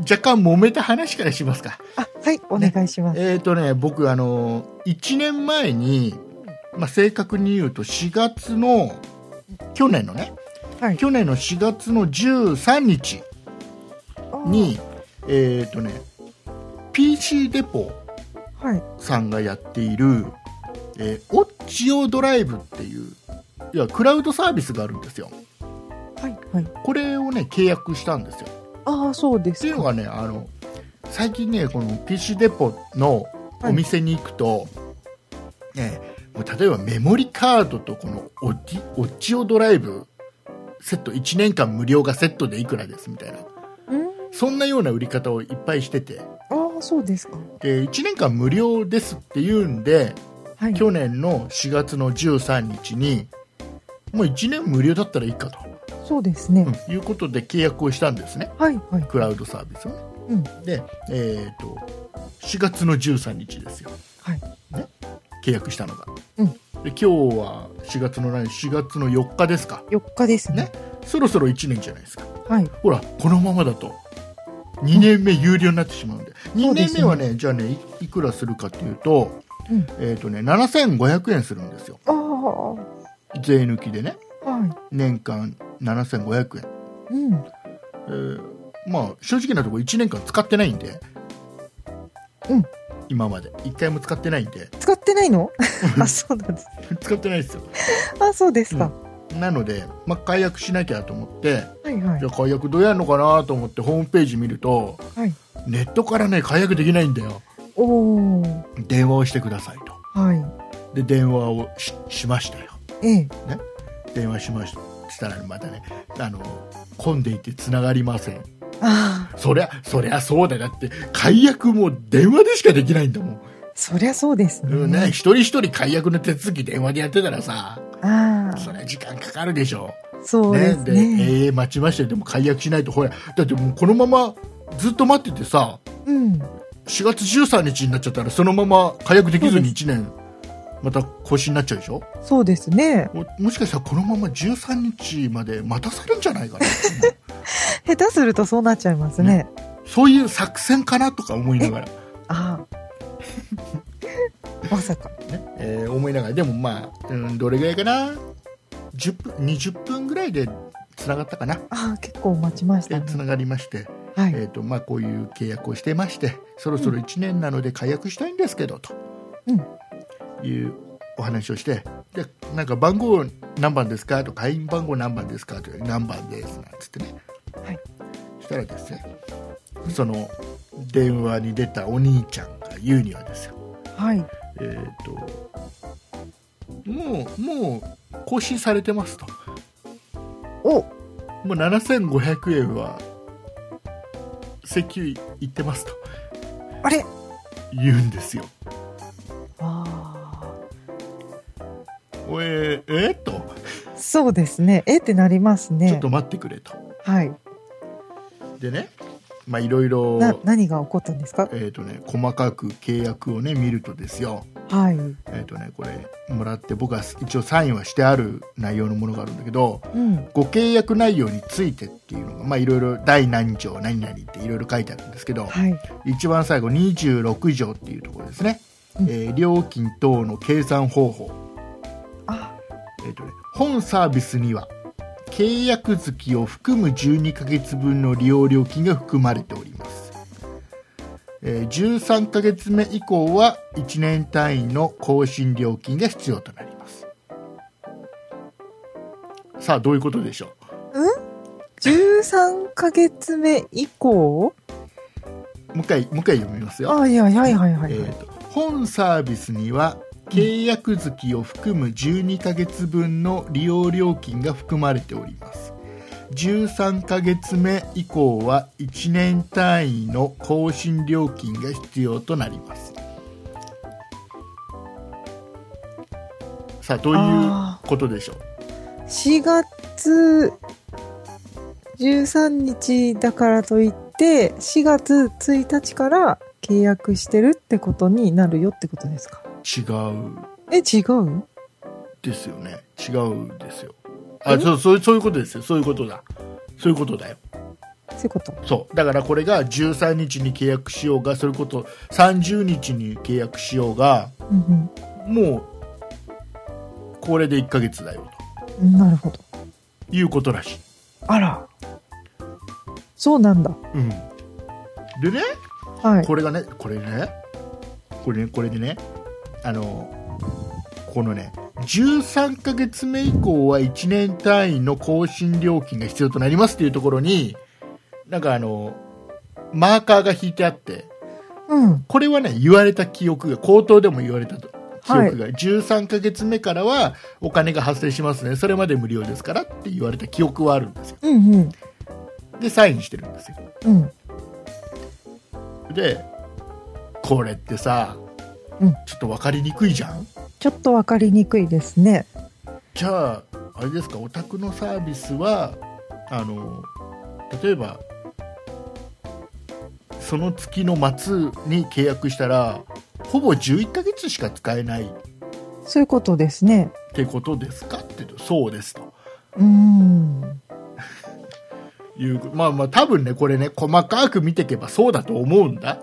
Speaker 2: 若干揉めた話からしますか
Speaker 3: あ、はい、お願いします。
Speaker 2: えっ、とね僕あの1年前に、まあ、正確に言うと4月の去年のね
Speaker 3: はい。
Speaker 2: 去年の4月の13日に、えっ、とね、PC デポ
Speaker 3: あー、はい。
Speaker 2: さんがやっている、えー、オッチオドライブっていう、いや、クラウドサービスがあるんですよ。
Speaker 3: はい、はい。
Speaker 2: これをね、契約したんですよ。
Speaker 3: ああ、そうで
Speaker 2: って
Speaker 3: す
Speaker 2: いうのが
Speaker 3: か。
Speaker 2: ね、あの、最近ね、この PC デポのお店に行くと、ね、もう例えばメモリカードとこのオッチオッチオドライブ、セット1年間無料がセットでいくらですみたいな
Speaker 3: うん
Speaker 2: そんなような売り方をいっぱいしてて
Speaker 3: ああ、そうですか。
Speaker 2: で1年間無料ですっていうんで
Speaker 3: はい。
Speaker 2: 去年の4月の13日にもう1年無料だったらいいかと、
Speaker 3: そうですね。
Speaker 2: うんいうことで契約をしたんですね
Speaker 3: はい、はい。
Speaker 2: クラウドサービスをね、
Speaker 3: うん
Speaker 2: で、えー、と4月の13日ですよ
Speaker 3: はい。
Speaker 2: 契約したのが、
Speaker 3: うん
Speaker 2: で今日は4月の何4月の4日ですか
Speaker 3: 4日ですね
Speaker 2: ね。そろそろ1年じゃないですか
Speaker 3: はい。
Speaker 2: ほらこのままだと2年目有料になってしまうんで2
Speaker 3: うで
Speaker 2: 年
Speaker 3: すね
Speaker 2: 目はねじゃあねいいくらするかというと,、
Speaker 3: うん
Speaker 2: えーとね、7500円するんですよ
Speaker 3: ああ、は
Speaker 2: 税抜きでね
Speaker 3: い。
Speaker 2: 年間7500円、
Speaker 3: うん。
Speaker 2: えーまあ正直なところ1年間使ってないんで、
Speaker 3: うん
Speaker 2: 今まで1回も使ってないんで
Speaker 3: 使ってないのあ、そうなんです。
Speaker 2: 使ってないですよ
Speaker 3: あ、そうですか。
Speaker 2: なので、まあ、解約しなきゃと思って
Speaker 3: はい、はい
Speaker 2: じゃ。あ解約どうやるのかなと思ってホームページ見ると
Speaker 3: はい。
Speaker 2: ネットからね解約できないんだよ
Speaker 3: おー。
Speaker 2: 電話をしてくださいと
Speaker 3: はい。
Speaker 2: で電話をししましたよ
Speaker 3: ええ。
Speaker 2: 電話しましたしたらまたねあの混んでいて繋がりません
Speaker 3: あ
Speaker 2: そりゃそりゃそうだよだって解約も電話でしかできないんだもん、
Speaker 3: あ、そりゃそうですね。
Speaker 2: うんね、一人一人解約の手続き電話でやってたらさ
Speaker 3: あ
Speaker 2: そ
Speaker 3: あ、
Speaker 2: りゃ時間かかるでしょ
Speaker 3: そうです
Speaker 2: で
Speaker 3: ね。
Speaker 2: ええ待ちましたよでも解約しないとほらだってもうこのままずっと待っててさ
Speaker 3: うん。
Speaker 2: 4月13日になっちゃったらそのまま解約できずに1年また更新になっちゃうでしょ
Speaker 3: そうですね。
Speaker 2: ももしかしたらこのまま13日まで待たされるんじゃないかな
Speaker 3: 下手するとそうなっちゃいますね。
Speaker 2: そういう作戦かなとか思いながら、
Speaker 3: ああ。 まさか。
Speaker 2: ねえー思いながらでもまあ、うん、どれぐらいかな10分20分ぐらいでつながったかな
Speaker 3: ああ、結構待ちまし
Speaker 2: で
Speaker 3: た
Speaker 2: つ
Speaker 3: ね。
Speaker 2: ながりまして、
Speaker 3: は
Speaker 2: え
Speaker 3: い。
Speaker 2: ーとまあ、こういう契約をしてましてそろそろ1年なので解約したいんですけどと、いうお話をしてでなんか番号何番ですかとか会員番号何番ですかとか何番ですなんつってね、
Speaker 3: はい、
Speaker 2: したらですねその電話に出たお兄ちゃんが言うにはですよ、
Speaker 3: はい。
Speaker 2: えー、ともうもう更新されてますと
Speaker 3: お
Speaker 2: もう7500円は石油いってますと
Speaker 3: あれ
Speaker 2: 言うんですよ
Speaker 3: あ
Speaker 2: おえーえーと、
Speaker 3: ーそうですね。えってなりますね。
Speaker 2: ちょっと待ってくれと
Speaker 3: はい。
Speaker 2: でねまあいろいろ
Speaker 3: な、何が起こったんですか
Speaker 2: えーとね、細かく契約をね見るとですよ、
Speaker 3: はい。
Speaker 2: えーとね、これもらって僕は一応サインはしてある内容のものがあるんだけど
Speaker 3: うん。
Speaker 2: ご契約内容についてっていうのがまあいろいろ第何条何々っていろいろ書いてあるんですけど、
Speaker 3: はい。
Speaker 2: 一番最後26条っていうところですね、
Speaker 3: うん
Speaker 2: えー料金等の計算方法、
Speaker 3: あ、
Speaker 2: えーとね、本サービスには契約月を含む12ヶ月分の利用料金が含まれております、えー13ヶ月目以降は1年単位の更新料金が必要となりますさあどういうことでしょ
Speaker 3: 13ヶ月目以降
Speaker 2: うもう一回もう一回読みますよ
Speaker 3: あ、いや、はいはいはい、は
Speaker 2: えー
Speaker 3: い。
Speaker 2: と本サービスには契約月を含む12ヶ月分の利用料金が含まれております13ヶ月目以降は1年単位の更新料金が必要となりますさあどう
Speaker 3: あ
Speaker 2: いうことでしょう
Speaker 3: 4月13日だからといって、4月1日から契約してるってことになるよってことですか
Speaker 2: 違う
Speaker 3: え、違う
Speaker 2: ですよね違うんですよあそうそうそういうことですよそういうことだそういうことだよ
Speaker 3: そういうこと
Speaker 2: そうだからこれが13日に契約しようがそれこそ30日に契約しようが
Speaker 3: うん
Speaker 2: もうこれで1ヶ月だよ
Speaker 3: うん。なるほど。
Speaker 2: ということらしい、
Speaker 3: あら。そうなんだ。
Speaker 2: うん、でね
Speaker 3: はい。
Speaker 2: これがねこれねこれねこれでねあのこのね13ヶ月目以降は1年単位の更新料金が必要となりますっていうところになんかあのマーカーが引いてあって
Speaker 3: うん。
Speaker 2: これはね言われた記憶が口頭でも言われたと記憶が、13ヶ月目からはお金が発生しますねそれまで無料ですからって言われた記憶はあるんですよ
Speaker 3: うんうん。
Speaker 2: でサインしてるんですよ
Speaker 3: うん。
Speaker 2: でこれってさ、
Speaker 3: うん
Speaker 2: ちょっと分かりにくいじゃん
Speaker 3: ちょっとわかりにくいですね。
Speaker 2: じゃああれですかお宅のサービスはあの例えばその月の末に契約したらほぼ11ヶ月しか使えない
Speaker 3: そういうことですね。
Speaker 2: ってことですかって言うとそうですと
Speaker 3: うーん。
Speaker 2: いうまあまあ多分ねこれね細かく見ていけばそうだと思うんだ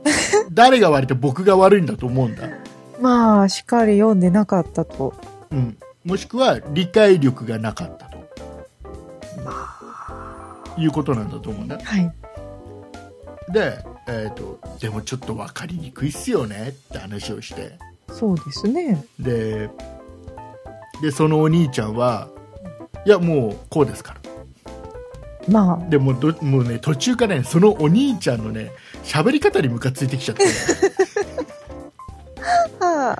Speaker 2: 誰が悪いって僕が悪いんだと思うんだ、
Speaker 3: まあ、しっかり読んでなかったと。
Speaker 2: うん、もしくは理解力がなかったということなんだと思うんだ
Speaker 3: はい。
Speaker 2: で、えー、とでもちょっと分かりにくいっすよねって話をして
Speaker 3: そうですね。
Speaker 2: ででそのお兄ちゃんはいやもうこうですから
Speaker 3: まあ、
Speaker 2: でもうどもうね途中からねそのお兄ちゃんのね喋り方にムカついてきちゃって
Speaker 3: は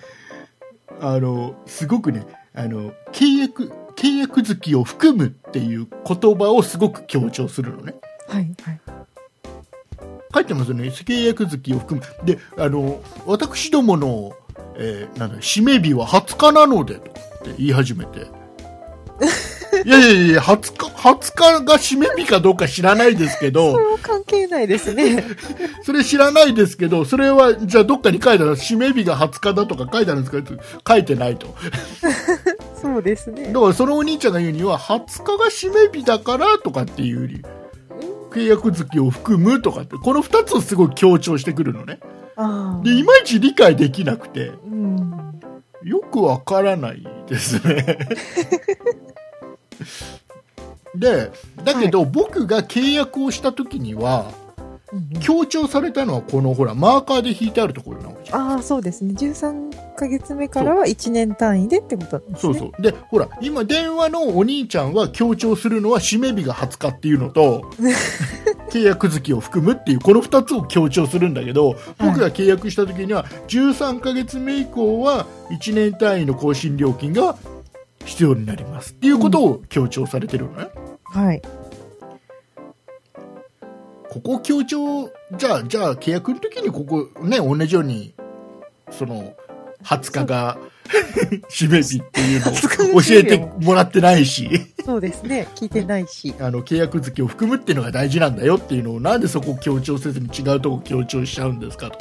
Speaker 2: あの、すごくね、あの、契約、契約月を含むっていう言葉をすごく強調するのね。
Speaker 3: い、はい。
Speaker 2: 書いてますよね。契約月を含む。で、あの、私どもの、えーなんだ、締め日は20日なので、とかって言い始めて。いやいやいや、20日、20日が締め日かどうか知らないですけ
Speaker 3: それ
Speaker 2: ど、
Speaker 3: は関係ないですね。
Speaker 2: それ知らないですけど、それは、じゃあどっかに書いてある、締め日が20日だとか書いてあるんですか書いてないと。
Speaker 3: そうですね。
Speaker 2: だからそのお兄ちゃんが言うには20日が締め日だからとかっていう理由契約月を含むとかってこの2つをすごい強調してくるのね
Speaker 3: ああ。
Speaker 2: でいまいち理解できなくて
Speaker 3: うん。
Speaker 2: よくわからないですねでだけど僕が契約をした時には強調されたのはこのほらマーカーで引いてあるところなわけじゃん
Speaker 3: ああ、そうですね。13ヶ月目からは1年単位でってことなんです
Speaker 2: そ
Speaker 3: ね。
Speaker 2: うそうでほら今電話のお兄ちゃんは強調するのは締め日が20日っていうのと契契約月を含むっていうこの2つを強調するんだけど僕が契約した時には13ヶ月目以降は1年単位の更新料金が必要になりますっていうことを強調されてるのね、
Speaker 3: はい。
Speaker 2: ここ強調じゃあじゃあ契約の時にここね同じようにその20日が 締め日っていうのを教えてもらってないし。
Speaker 3: そうですね。聞いてないし。
Speaker 2: あの契約月を含むっていうのが大事なんだよっていうのをなんでそこを強調せずに違うとこ強調しちゃうんですかと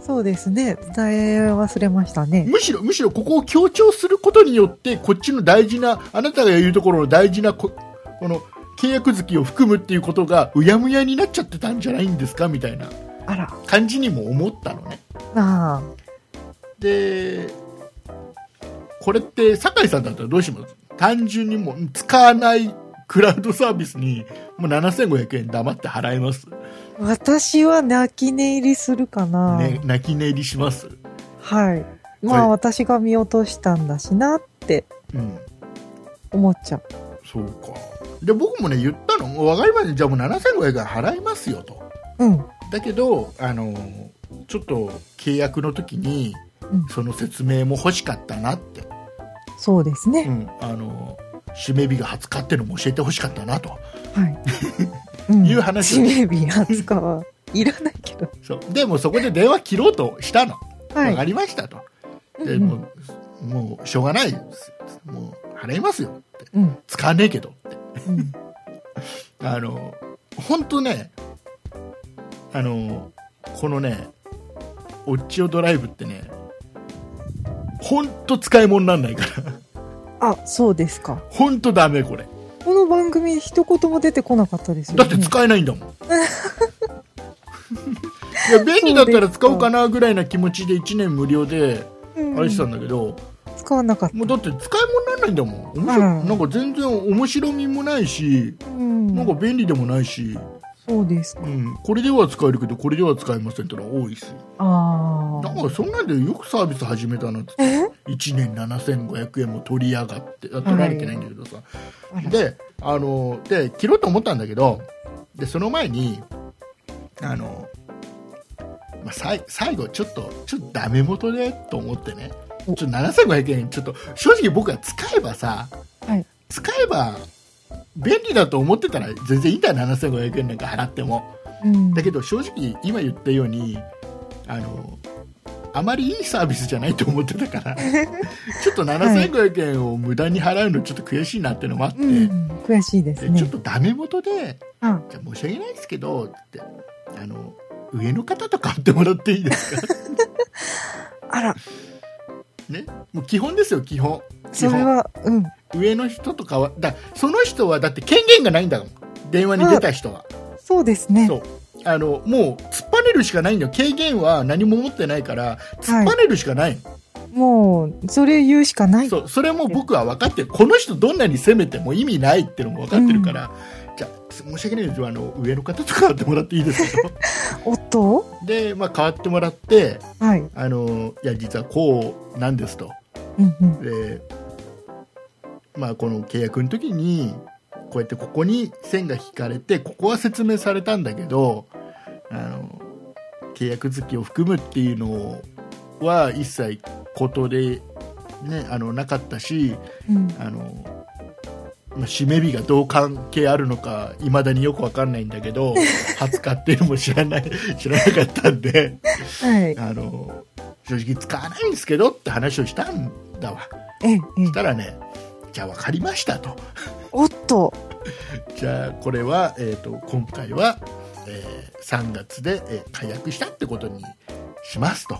Speaker 3: そうですね。伝え忘れましたね。
Speaker 2: むしろむしろここを強調することによってこっちの大事なあなたが言うところの大事なここの契約月を含むっていうことがうやむやになっちゃってたんじゃないんですかみたいな
Speaker 3: あら。
Speaker 2: 感じにも思ったのね
Speaker 3: あ
Speaker 2: でこれって酒井さんだったらどうします単純にもう使わないクラウドサービスにもう7500円黙って払えます、
Speaker 3: あ。私は泣き寝入りするかな。
Speaker 2: ね、泣き寝入りします
Speaker 3: はい。ま
Speaker 2: は
Speaker 3: あ
Speaker 2: い
Speaker 3: 私が見落としたんだしなって
Speaker 2: うん、
Speaker 3: 思っちゃう。
Speaker 2: そうかで僕もね言ったの分かりましたじゃあもう7500円払いますよと
Speaker 3: うん。
Speaker 2: だけどあのちょっと契約の時に
Speaker 3: うん
Speaker 2: その説明も欲しかったなって、
Speaker 3: そうです
Speaker 2: う
Speaker 3: ね。
Speaker 2: ん、あの締め日が20日ってのも教えて欲しかったなと
Speaker 3: はい。 うん
Speaker 2: いう話を
Speaker 3: 締め日20日はいらないけど。
Speaker 2: そうでもそこで電話切ろうとしたの、
Speaker 3: は
Speaker 2: 分か
Speaker 3: い。
Speaker 2: りましたと
Speaker 3: うん
Speaker 2: でもうもうしょうがないですもう払いますよって
Speaker 3: うん。
Speaker 2: 使わねえけどって
Speaker 3: うん。
Speaker 2: あの本当ねあのこのねオッチオドライブってね本当使い物になんないから
Speaker 3: あ、そうですか。
Speaker 2: 本当ダメこれ
Speaker 3: この番組一言も出てこなかったですよ、ね。
Speaker 2: だって使えないんだ もんいや便利だったら使おうかなぐらいな気持ちで1年無料で
Speaker 3: うん
Speaker 2: あれしたんだけど、
Speaker 3: 使わなかっ
Speaker 2: もうだって使い物になんないんだもん面白い、
Speaker 3: うん。
Speaker 2: なんか全然面白みもないした
Speaker 3: うん。
Speaker 2: なんか便利でもないし、
Speaker 3: そうですか。
Speaker 2: うん、これでは使えるけどこれでは使えませんってのは多いし
Speaker 3: あ
Speaker 2: だ
Speaker 3: あ。
Speaker 2: からそんなんでよくサービス始めたなって
Speaker 3: え
Speaker 2: 1年7500円も取りやがってあ取られてないんだけどさ、
Speaker 3: あら
Speaker 2: であので切ろうと思ったんだけどでその前にあの、まあ、さい最後ちょっとちょっとダメ元でと思ってねちょ
Speaker 3: お
Speaker 2: っと7500円ちょっと正直僕は使えばさ、
Speaker 3: はい
Speaker 2: 使えば便利だと思ってたら全然いいんだよ7500円なんか払っても。
Speaker 3: うん。
Speaker 2: だけど正直今言ったようにあのあまりいいサービスじゃないと思ってたから ちょっと7500円を無駄に払うのちょっと悔しいなってのもあって、
Speaker 3: うん。悔しいです
Speaker 2: でちょっと
Speaker 3: ね。
Speaker 2: ダメ元で
Speaker 3: あ
Speaker 2: 「じゃあ申し訳ないですけど」ってあの上の方と買ってもらっていいです か
Speaker 3: あら、
Speaker 2: ねもう基本ですよ基本基
Speaker 3: それ
Speaker 2: 本
Speaker 3: は、うん。
Speaker 2: 上の人とかはだその人はだって権限がないんだもん電話に出た人は
Speaker 3: そうですね。
Speaker 2: そうあのもう突っぱねるしかないんだよ軽減は何も持ってないから突っぱねるしかないの、
Speaker 3: もう、それ言うしかない。
Speaker 2: そうそれも僕は分かってるこの人どんなに攻めても意味ないっていうのも分かってるから、じゃあす申し訳ないですあの上の方と変わってもらっていいですか
Speaker 3: おっと
Speaker 2: で、まあ、変わってもらって
Speaker 3: はい。
Speaker 2: あのいや実はこうなんですと
Speaker 3: うんうん。
Speaker 2: で、まあ、この契約の時にこうやってここに線が引かれてここは説明されたんだけどあの契約月を含むっていうのは一切ことで、ね、あのなかったし
Speaker 3: うん。
Speaker 2: あの、まあ、締め日がどう関係あるのかいまだによくわかんないんだけど20日っていうのも知らない知らなかったんで
Speaker 3: はい。
Speaker 2: あの正直使わないんですけどって話をしたんだわ
Speaker 3: ええ、ええ
Speaker 2: したらねじゃあ分かりましたと
Speaker 3: おっと
Speaker 2: じゃあこれは、えー、と今回は、えー3月で、えー解約したってことにしますと。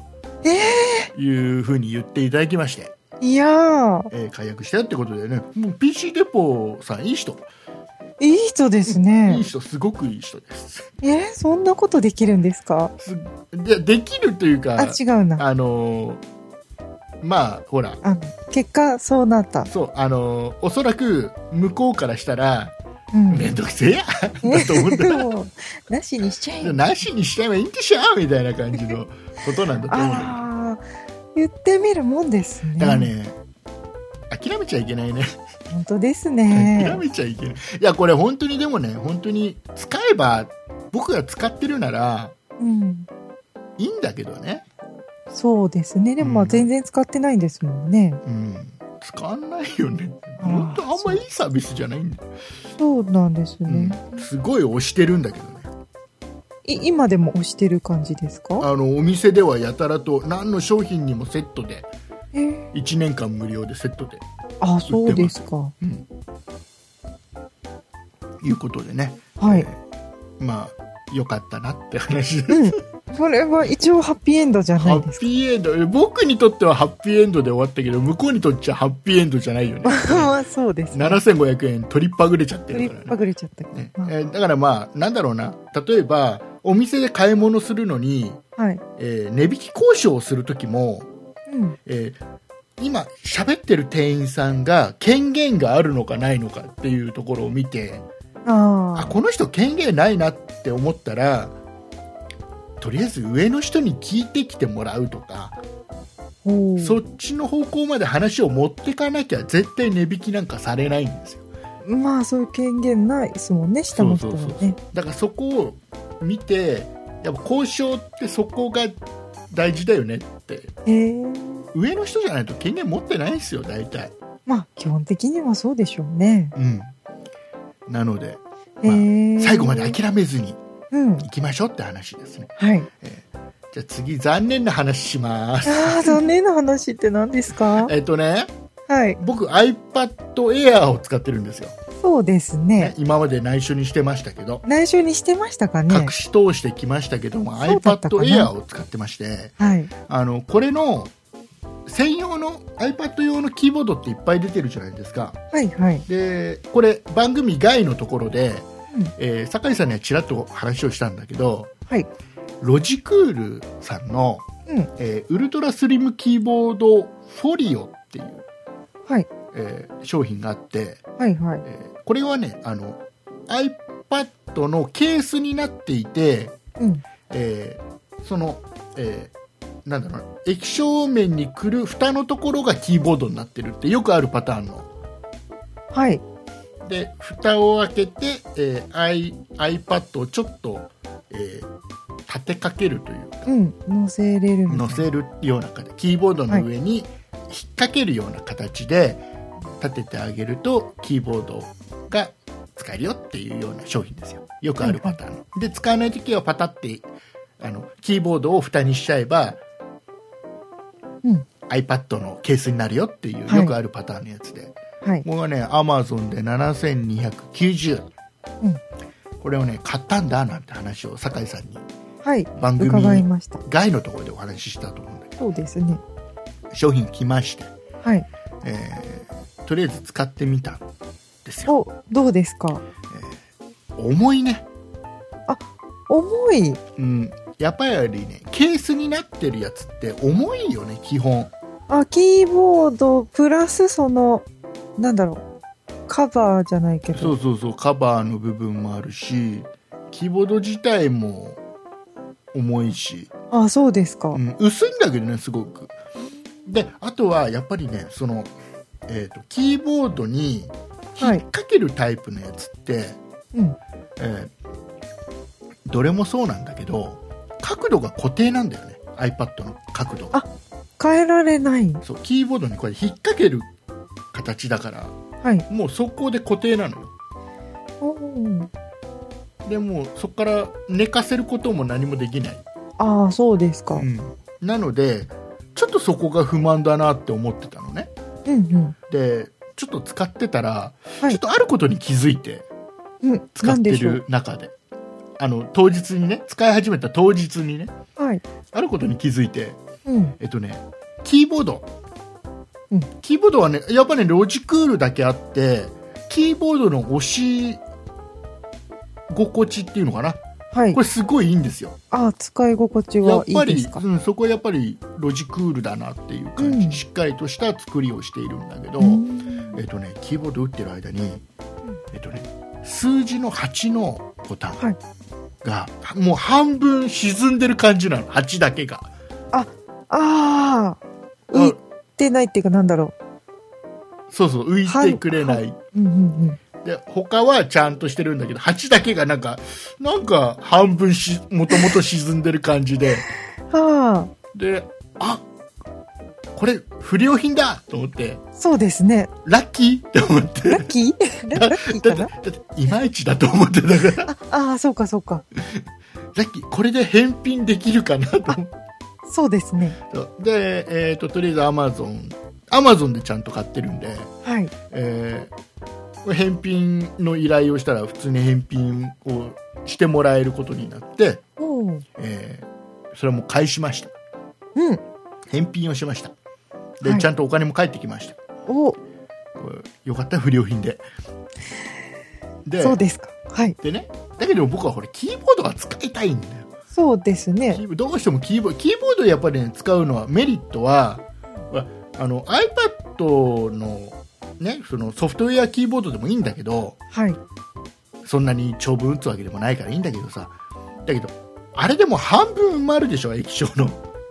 Speaker 2: いうふうに言っていただきまして、
Speaker 3: いやー、
Speaker 2: えー解約したってことでね、もう PC デポさんいい人、
Speaker 3: いい人ですね
Speaker 2: いい。人、すごくいい人です。
Speaker 3: えーそんなことできるんですか
Speaker 2: すでできるというか、
Speaker 3: あ、
Speaker 2: あ
Speaker 3: 違うな。
Speaker 2: のーまあ、ほら、
Speaker 3: あの、結果、そうなった。
Speaker 2: そう、あのーおそらく向こうからしたら、
Speaker 3: うん。
Speaker 2: めんどく せえやだと思うんだ。
Speaker 3: もうなしにしちゃえよ。
Speaker 2: なしにしちゃえばいいんでしょみたいな感じ のことなんだと思うんだけど
Speaker 3: あらー、言ってみるもんですね。
Speaker 2: だから。ね、諦めちゃいけないね。
Speaker 3: 本当です
Speaker 2: 諦
Speaker 3: ね。
Speaker 2: めちゃいけない。いや、これ本当にでもね、本当に使えば僕が使ってるなら
Speaker 3: うん。
Speaker 2: いいんだけどね、
Speaker 3: そうですね。でもま
Speaker 2: う
Speaker 3: あ
Speaker 2: ん
Speaker 3: 全然使ってないんですもんね。
Speaker 2: うん、使わないよね
Speaker 3: あー
Speaker 2: 本当あんまいいサービスじゃないんだよ、
Speaker 3: そうなんです
Speaker 2: う
Speaker 3: ね
Speaker 2: ん。、すごい押してるんだけどね
Speaker 3: い今でも押してる感じですか
Speaker 2: あのお店ではやたらと何の商品にもセットで
Speaker 3: えー
Speaker 2: 1年間無料でセットで
Speaker 3: あ、そうですか。
Speaker 2: うんいうことでね、
Speaker 3: はい。
Speaker 2: まあよか ったなって話で
Speaker 3: うん。それは一応ハッピーエンドじゃな
Speaker 2: ハ
Speaker 3: いです
Speaker 2: ッピーエンドえ僕にとってはハッピーエンドで終わったけど向こうにとっちゃハッピーエンドじゃ ないよね
Speaker 3: か。 まあそうです。
Speaker 2: 7500円取りっぱぐれちゃって
Speaker 3: 取
Speaker 2: る
Speaker 3: り
Speaker 2: から
Speaker 3: パ
Speaker 2: ね
Speaker 3: グれちゃったけ
Speaker 2: ね
Speaker 3: ど。まあ
Speaker 2: えーだからまあなんだろうな例えばお店で買い物するのに、
Speaker 3: はい。
Speaker 2: えー値引き交渉をする時も、
Speaker 3: うん。
Speaker 2: えー今喋ってる店員さんが権限があるのかないのかっていうところを見てあ
Speaker 3: あ
Speaker 2: この人権限ないなって思ったらとりあえず上の人に聞いてきてもらうとか
Speaker 3: あ。おお。
Speaker 2: そっちの方向まで話を持ってかなきゃ絶対値引きなんかされないんですよ
Speaker 3: まあそういう権限ないですもんね、下の人は
Speaker 2: そうそう
Speaker 3: ね。
Speaker 2: だからそこを見てやっぱ交渉ってそこが大事だよねって
Speaker 3: へえ。
Speaker 2: 上の人じゃないと権限持ってないんですよ大体
Speaker 3: まあ基本的にはそうでしょうね。
Speaker 2: うんなので
Speaker 3: へ
Speaker 2: まあ
Speaker 3: え。
Speaker 2: 最後まで諦めずに
Speaker 3: うん。
Speaker 2: 行きましょうって話ですね
Speaker 3: はい。
Speaker 2: じゃあ次残念な話します
Speaker 3: ああ、残念な話って何ですか
Speaker 2: えっとね
Speaker 3: はい。
Speaker 2: 僕 iPad Air を使ってるんですよ、
Speaker 3: そうです
Speaker 2: ね
Speaker 3: ね。
Speaker 2: 今まで内緒にしてましたけど
Speaker 3: 内緒にしてましたかね
Speaker 2: 隠し通してきましたけども、
Speaker 3: そう
Speaker 2: iPad
Speaker 3: だったかな
Speaker 2: Air を使ってまして
Speaker 3: はい。
Speaker 2: あのこれの専用の iPad 用のキーボードっていっぱい出てるじゃないですか
Speaker 3: はいはい。
Speaker 2: でこれ番組外のところで、
Speaker 3: うん
Speaker 2: えー酒井さんにはちらっと話をしたんだけど
Speaker 3: はい。
Speaker 2: ロジクールさんの、
Speaker 3: うん
Speaker 2: えーウルトラスリムキーボードフォリオっていう、
Speaker 3: はい。
Speaker 2: えー商品があって、
Speaker 3: はいはい。
Speaker 2: えーこれはねあの iPad のケースになっていて
Speaker 3: うん。
Speaker 2: えーその、えーなんだろうな液晶面にくる蓋のところがキーボードになってるってよくあるパターンの
Speaker 3: はい。
Speaker 2: で蓋を開けて、えー i iPad をちょっと、えー立てかけるというか
Speaker 3: うん。乗せれるみたい
Speaker 2: 乗
Speaker 3: な。
Speaker 2: せるような形キーボードの上に引っ掛けるような形で立ててあげるとキーボードが使えるよっていうような商品ですよよくあるパターン、で使わない時はパタってあのキーボードを蓋にしちゃえば
Speaker 3: うん。
Speaker 2: iPad のケースになるよっていう
Speaker 3: はい
Speaker 2: よくあるパターンのやつで、
Speaker 3: はい。
Speaker 2: 僕はね Amazon で7290、
Speaker 3: うん
Speaker 2: これをね買ったんだなんて話を酒井さんに
Speaker 3: はい。
Speaker 2: 番組
Speaker 3: 伺いました。
Speaker 2: 外のところでお話ししたと思うんだけ
Speaker 3: そうですね。
Speaker 2: ど商品来まして
Speaker 3: はい。
Speaker 2: えーとりあえず使ってみたんですよ
Speaker 3: お、どうですか
Speaker 2: 重いね、
Speaker 3: 重い。
Speaker 2: うん、やっぱりねケースになってるやつって重いよね基本
Speaker 3: あ、キーボード、プラスその、なんだろう。カバーじゃないけ
Speaker 2: そ
Speaker 3: ど。
Speaker 2: うそうそうカバーの部分もあるしキーボード自体も重いし、
Speaker 3: あ、そうですか
Speaker 2: う。ん、薄いんだけどねすごくであとはやっぱりねその、えー、とキーボードに引っ掛けるタイプのやつって、
Speaker 3: うん。
Speaker 2: えーどれもそうなんだけど角度が固定なんだよね iPad の角度が
Speaker 3: あ変えられない。
Speaker 2: そうキーボードにこれ引っ掛ける形だから
Speaker 3: はい。
Speaker 2: もう速攻で固定なのよ
Speaker 3: おー
Speaker 2: でもうそこから寝かせることも何もできない、
Speaker 3: ああ、そうですか。う、
Speaker 2: うんん、なのでちょっとそこが不満だなって思ってたのね
Speaker 3: うん、
Speaker 2: でちょっと使ってたら、
Speaker 3: はい
Speaker 2: ちょっとあることに気づいて
Speaker 3: うん。
Speaker 2: 使っ
Speaker 3: なん
Speaker 2: て
Speaker 3: でしょう
Speaker 2: る中であの当日にね使い始めた当日にね
Speaker 3: はい。
Speaker 2: あることに気づいて
Speaker 3: うん。
Speaker 2: えっとね、キーボード、
Speaker 3: うん
Speaker 2: キーボードはね、やっぱね、ロジクールだけあって、キーボードの押し心地っていうのかな、
Speaker 3: はい
Speaker 2: こ。れ、すごいいいんですよ、
Speaker 3: ああ、使い心地
Speaker 2: や
Speaker 3: は
Speaker 2: っ
Speaker 3: い
Speaker 2: ぱ
Speaker 3: い
Speaker 2: り
Speaker 3: ですか。
Speaker 2: うん、そこはやっぱりロジクールだなっていう感じ、
Speaker 3: うん
Speaker 2: しっかりとした作りをしているんだけど、
Speaker 3: うん
Speaker 2: えっとね、キーボード打ってる間に、えっとね、数字の8のボタン
Speaker 3: はい
Speaker 2: が、もう半分沈んでる感じなの、8だけが。
Speaker 3: あ
Speaker 2: あ
Speaker 3: あ、浮いてないっていうかなんだろ
Speaker 2: そうそう浮いてくれない、
Speaker 3: う。うんうんうん。
Speaker 2: で他はちゃんとしてるんだけど8だけがなんかなんか半分しもともと沈んでる感じで
Speaker 3: は
Speaker 2: であこれ不良品だと思って
Speaker 3: あ、そうですね。
Speaker 2: ラッキーって思って
Speaker 3: ラッキー ララッキー
Speaker 2: だ
Speaker 3: か
Speaker 2: ってだ
Speaker 3: な
Speaker 2: っていまいちだと思ってた から
Speaker 3: ああー、そうかそうか。
Speaker 2: ラッキーこれで返品できるかなと思 って
Speaker 3: そうですね。
Speaker 2: そうで、えー、ととりあえずアマゾンアマゾンでちゃんと買ってるんで、
Speaker 3: はい。
Speaker 2: えーこれ返品の依頼をしたら普通に返品をしてもらえることになって、
Speaker 3: おお。
Speaker 2: えーそれはもう返しました
Speaker 3: うん。
Speaker 2: 返品をしましたで、
Speaker 3: はい
Speaker 2: ちゃんとお金も返ってきました
Speaker 3: おお。
Speaker 2: これよかった不良品でで
Speaker 3: そうですか。はい。
Speaker 2: でねだけど僕はこれキーボードが使いたいんだよ
Speaker 3: そうです
Speaker 2: キ
Speaker 3: ね。
Speaker 2: ーボどうしてもキーボードキーボードやっぱり、ね、使うのはメリットはほらあの iPad の,、ね、そのソフトウェアキーボードでもいいんだけど
Speaker 3: はい。
Speaker 2: そんなに長文打つわけでもないからいいんだけどさだけどあれでも半分埋まるでしょ液晶の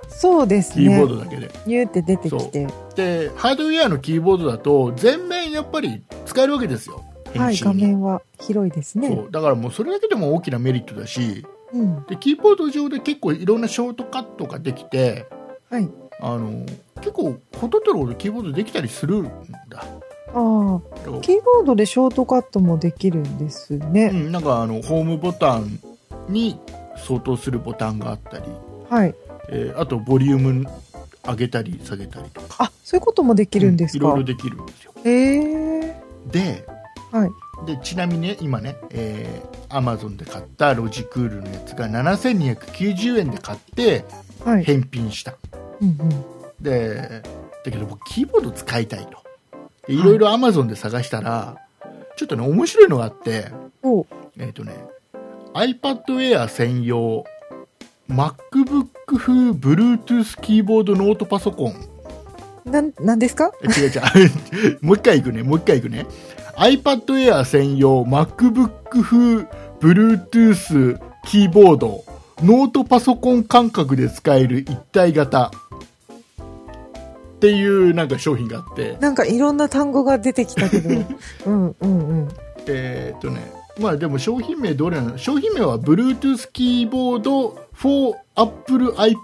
Speaker 3: そうです
Speaker 2: キーボ
Speaker 3: ね
Speaker 2: ー。ドだけで。
Speaker 3: ニューって出てきて。
Speaker 2: でハードウェアのキーボードだと全面やっぱり使えるわけですよ
Speaker 3: は
Speaker 2: 編
Speaker 3: い。
Speaker 2: 集に
Speaker 3: 画面は広いですね。
Speaker 2: そうだからもうそれだけでも大きなメリットだし
Speaker 3: うん。
Speaker 2: でキーボード上で結構いろんなショートカットができて
Speaker 3: はい。
Speaker 2: あの結構ほとんどのことキーボードできたりするんだ
Speaker 3: ああ。キーボードでショートカットもできるんです
Speaker 2: う
Speaker 3: ね。
Speaker 2: ん、なんかあのホームボタンに相当するボタンがあったり、
Speaker 3: はい。
Speaker 2: えーあとボリューム上げたり下げたりとか
Speaker 3: あ、そういうこともできるんです
Speaker 2: うんい
Speaker 3: か
Speaker 2: ろいろ。できるんですよ
Speaker 3: ええ。
Speaker 2: で
Speaker 3: はい。
Speaker 2: でちなみにね今ね、えー、Amazon で買ったロジクールのやつが7290円で買って
Speaker 3: はい。
Speaker 2: 返品した、
Speaker 3: うんうん。
Speaker 2: でだけど僕キーボード使いたいとでいろいろ Amazon で探したら、ちょっとね面白いのがあって
Speaker 3: おう
Speaker 2: えっ、とね、iPad Air 専用 MacBook 風 Bluetooth キーボードノートパソコン。
Speaker 3: なん、なんですか
Speaker 2: え違う違う。も う一回いくね、もう一回いくね。iPad Air 専用 MacBook 風 Bluetooth キーボードノートパソコン感覚で使える一体型。っていうなんか商品があって、
Speaker 3: なんかいろんな単語が出てきたけど。 うんうんうん。
Speaker 2: えーっとね、まあでも商品名どれなの商品名は Bluetooth キーボード for Apple iPad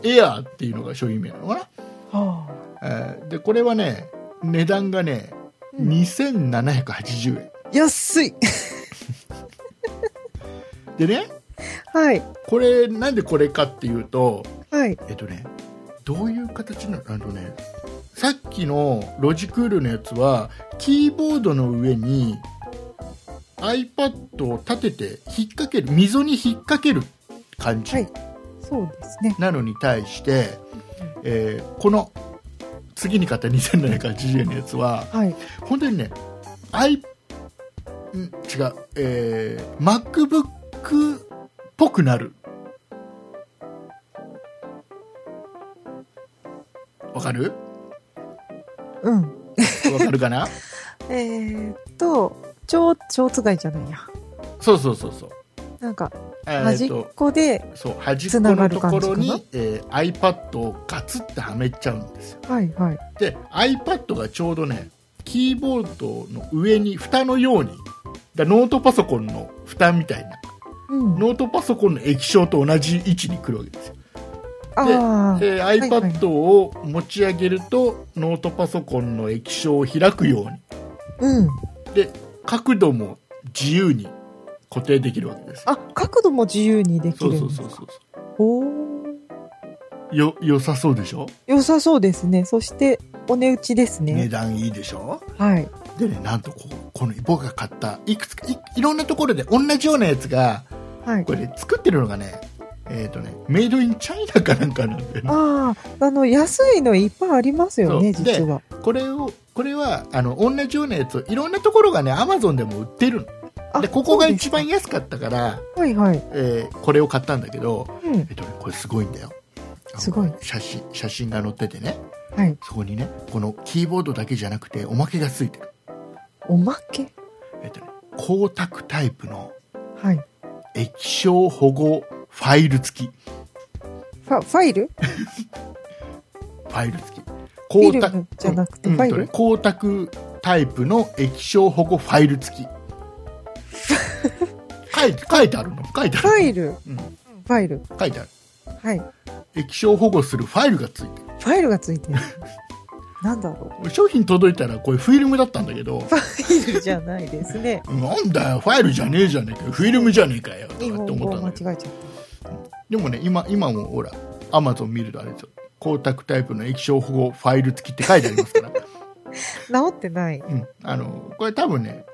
Speaker 2: Air っていうのが商品名なのか
Speaker 3: は
Speaker 2: な、えーで、これはね、値段がね、
Speaker 3: あ。
Speaker 2: 2780円。
Speaker 3: 安い
Speaker 2: でね、
Speaker 3: はい。
Speaker 2: これ、なんでこれかっていうと、
Speaker 3: はい。
Speaker 2: えっとね、どういう形なのあのね、さっきのロジクールのやつは、キーボードの上に iPad を立てて引っ掛ける、溝に引っ掛ける感じ。
Speaker 3: はいそうですね。
Speaker 2: なのに対して、えーこの次に買った2780円のやつは
Speaker 3: はい。
Speaker 2: 本当にね i ん違う、えー MacBook っぽくなるわかる
Speaker 3: うん。
Speaker 2: わかるか な
Speaker 3: えー、っと、蝶、蝶つがいじゃないや。
Speaker 2: そうそうそうそう
Speaker 3: なんか、
Speaker 2: えー
Speaker 3: 端っ
Speaker 2: と
Speaker 3: こで、
Speaker 2: そう端っこ
Speaker 3: つなが
Speaker 2: の
Speaker 3: る
Speaker 2: と
Speaker 3: 感じ
Speaker 2: こ
Speaker 3: かな
Speaker 2: ろに、えー iPad をガツッてはめちゃうんですよ
Speaker 3: はいはい。
Speaker 2: で iPad がちょうどねキーボードの上に蓋のようにだノートパソコンの蓋みたいな
Speaker 3: うん。
Speaker 2: ノートパソコンの液晶と同じ位置に来るわけですよ
Speaker 3: あ
Speaker 2: で
Speaker 3: いはい
Speaker 2: iPad を持ち上げるとノートパソコンの液晶を開くように
Speaker 3: あ。うん。
Speaker 2: で角度も自由に固定できるわけですよ
Speaker 3: あ、角度も自由にでき
Speaker 2: そ
Speaker 3: るん
Speaker 2: う
Speaker 3: です
Speaker 2: そ
Speaker 3: か。
Speaker 2: うそうそう
Speaker 3: おー
Speaker 2: よ良さそうでしょ
Speaker 3: 良さそうですね。そして、お値打ちですね。
Speaker 2: 値段いいでしょ
Speaker 3: はい。
Speaker 2: でねなんとこうこの僕が買ったいくつかいいろんなところで同じようなやつが
Speaker 3: はい
Speaker 2: こ。れね作ってるのがね、えっ、とね、メイドインチャイナかなんかなんだよね。
Speaker 3: ああ、あの、安いのいっぱいありますよね、
Speaker 2: そうで
Speaker 3: 実は。
Speaker 2: これを、これは、あの、同じようなやつを、いろんなところがね、アマゾンでも売ってる
Speaker 3: あ
Speaker 2: の。で、ここが一
Speaker 3: そ
Speaker 2: 番安かったから、
Speaker 3: うですかはいはい。
Speaker 2: えーこれを買ったんだけど、
Speaker 3: うん
Speaker 2: えっ、とね、これすごいんだよ。あの
Speaker 3: すごい
Speaker 2: 写真、写真が載っててね、
Speaker 3: はい。
Speaker 2: そこにね、このキーボードだけじゃなくて、おまけがついてる。
Speaker 3: おまけ
Speaker 2: えっ、とね、光沢タイプの
Speaker 3: はい。
Speaker 2: 液晶保護ファイル付き。
Speaker 3: ファファイル
Speaker 2: ファイル付き。
Speaker 3: フィルムじゃなくて
Speaker 2: うん
Speaker 3: ファイル
Speaker 2: うんとね光沢タイプの液晶保護ファイル 付き書いて書いてあるの書いてあ
Speaker 3: フ
Speaker 2: る
Speaker 3: ァイル、
Speaker 2: うん
Speaker 3: ファイル
Speaker 2: 書いてある
Speaker 3: はいフ
Speaker 2: 液晶保護するファイルが付いて
Speaker 3: ァイルがつ いてるなんだろ
Speaker 2: る商品届いたらこれフィルムだったんだけど
Speaker 3: うファイルじゃないですね
Speaker 2: なんだよファイルじゃねえじゃねえかよフィルムじゃねえかよとかっ
Speaker 3: 日
Speaker 2: て思
Speaker 3: 本
Speaker 2: ったん
Speaker 3: 語
Speaker 2: だけ
Speaker 3: を
Speaker 2: ど
Speaker 3: 間違えちゃった
Speaker 2: でもね、今、今もほら、アマゾン見るとあれですよ。光沢タイプの液晶保護ファイル付きって書いてあります から。
Speaker 3: 治ってない
Speaker 2: うん。あの、これ多分ね、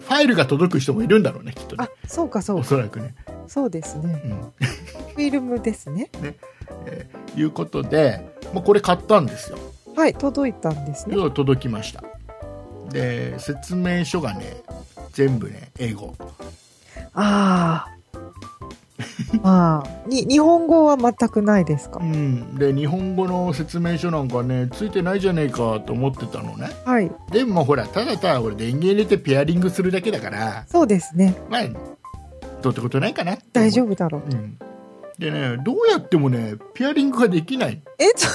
Speaker 2: ファイルが届く人もいるんだろうね、きっとね
Speaker 3: あ。そうかそう
Speaker 2: お
Speaker 3: か
Speaker 2: そらくね。
Speaker 3: そうですね
Speaker 2: うん。
Speaker 3: フィルムですね
Speaker 2: えーいうことで、まあ、これ買ったんですよ。
Speaker 3: はい届いたんですね
Speaker 2: で届きました。で、説明書がね、全部ね、英語。
Speaker 3: あ あまあに日本語は全くないですか
Speaker 2: うん。で、日本語の説明書なんかね、ついてないじゃねえかと思ってたのね。
Speaker 3: はい
Speaker 2: でもほら、ただただ俺電源入れてペアリングするだけだから、
Speaker 3: そうですね
Speaker 2: まあ、どうってことないかなって思う
Speaker 3: 大丈夫だろう
Speaker 2: うん、でねどうやってもねペアリングができない
Speaker 3: えちょ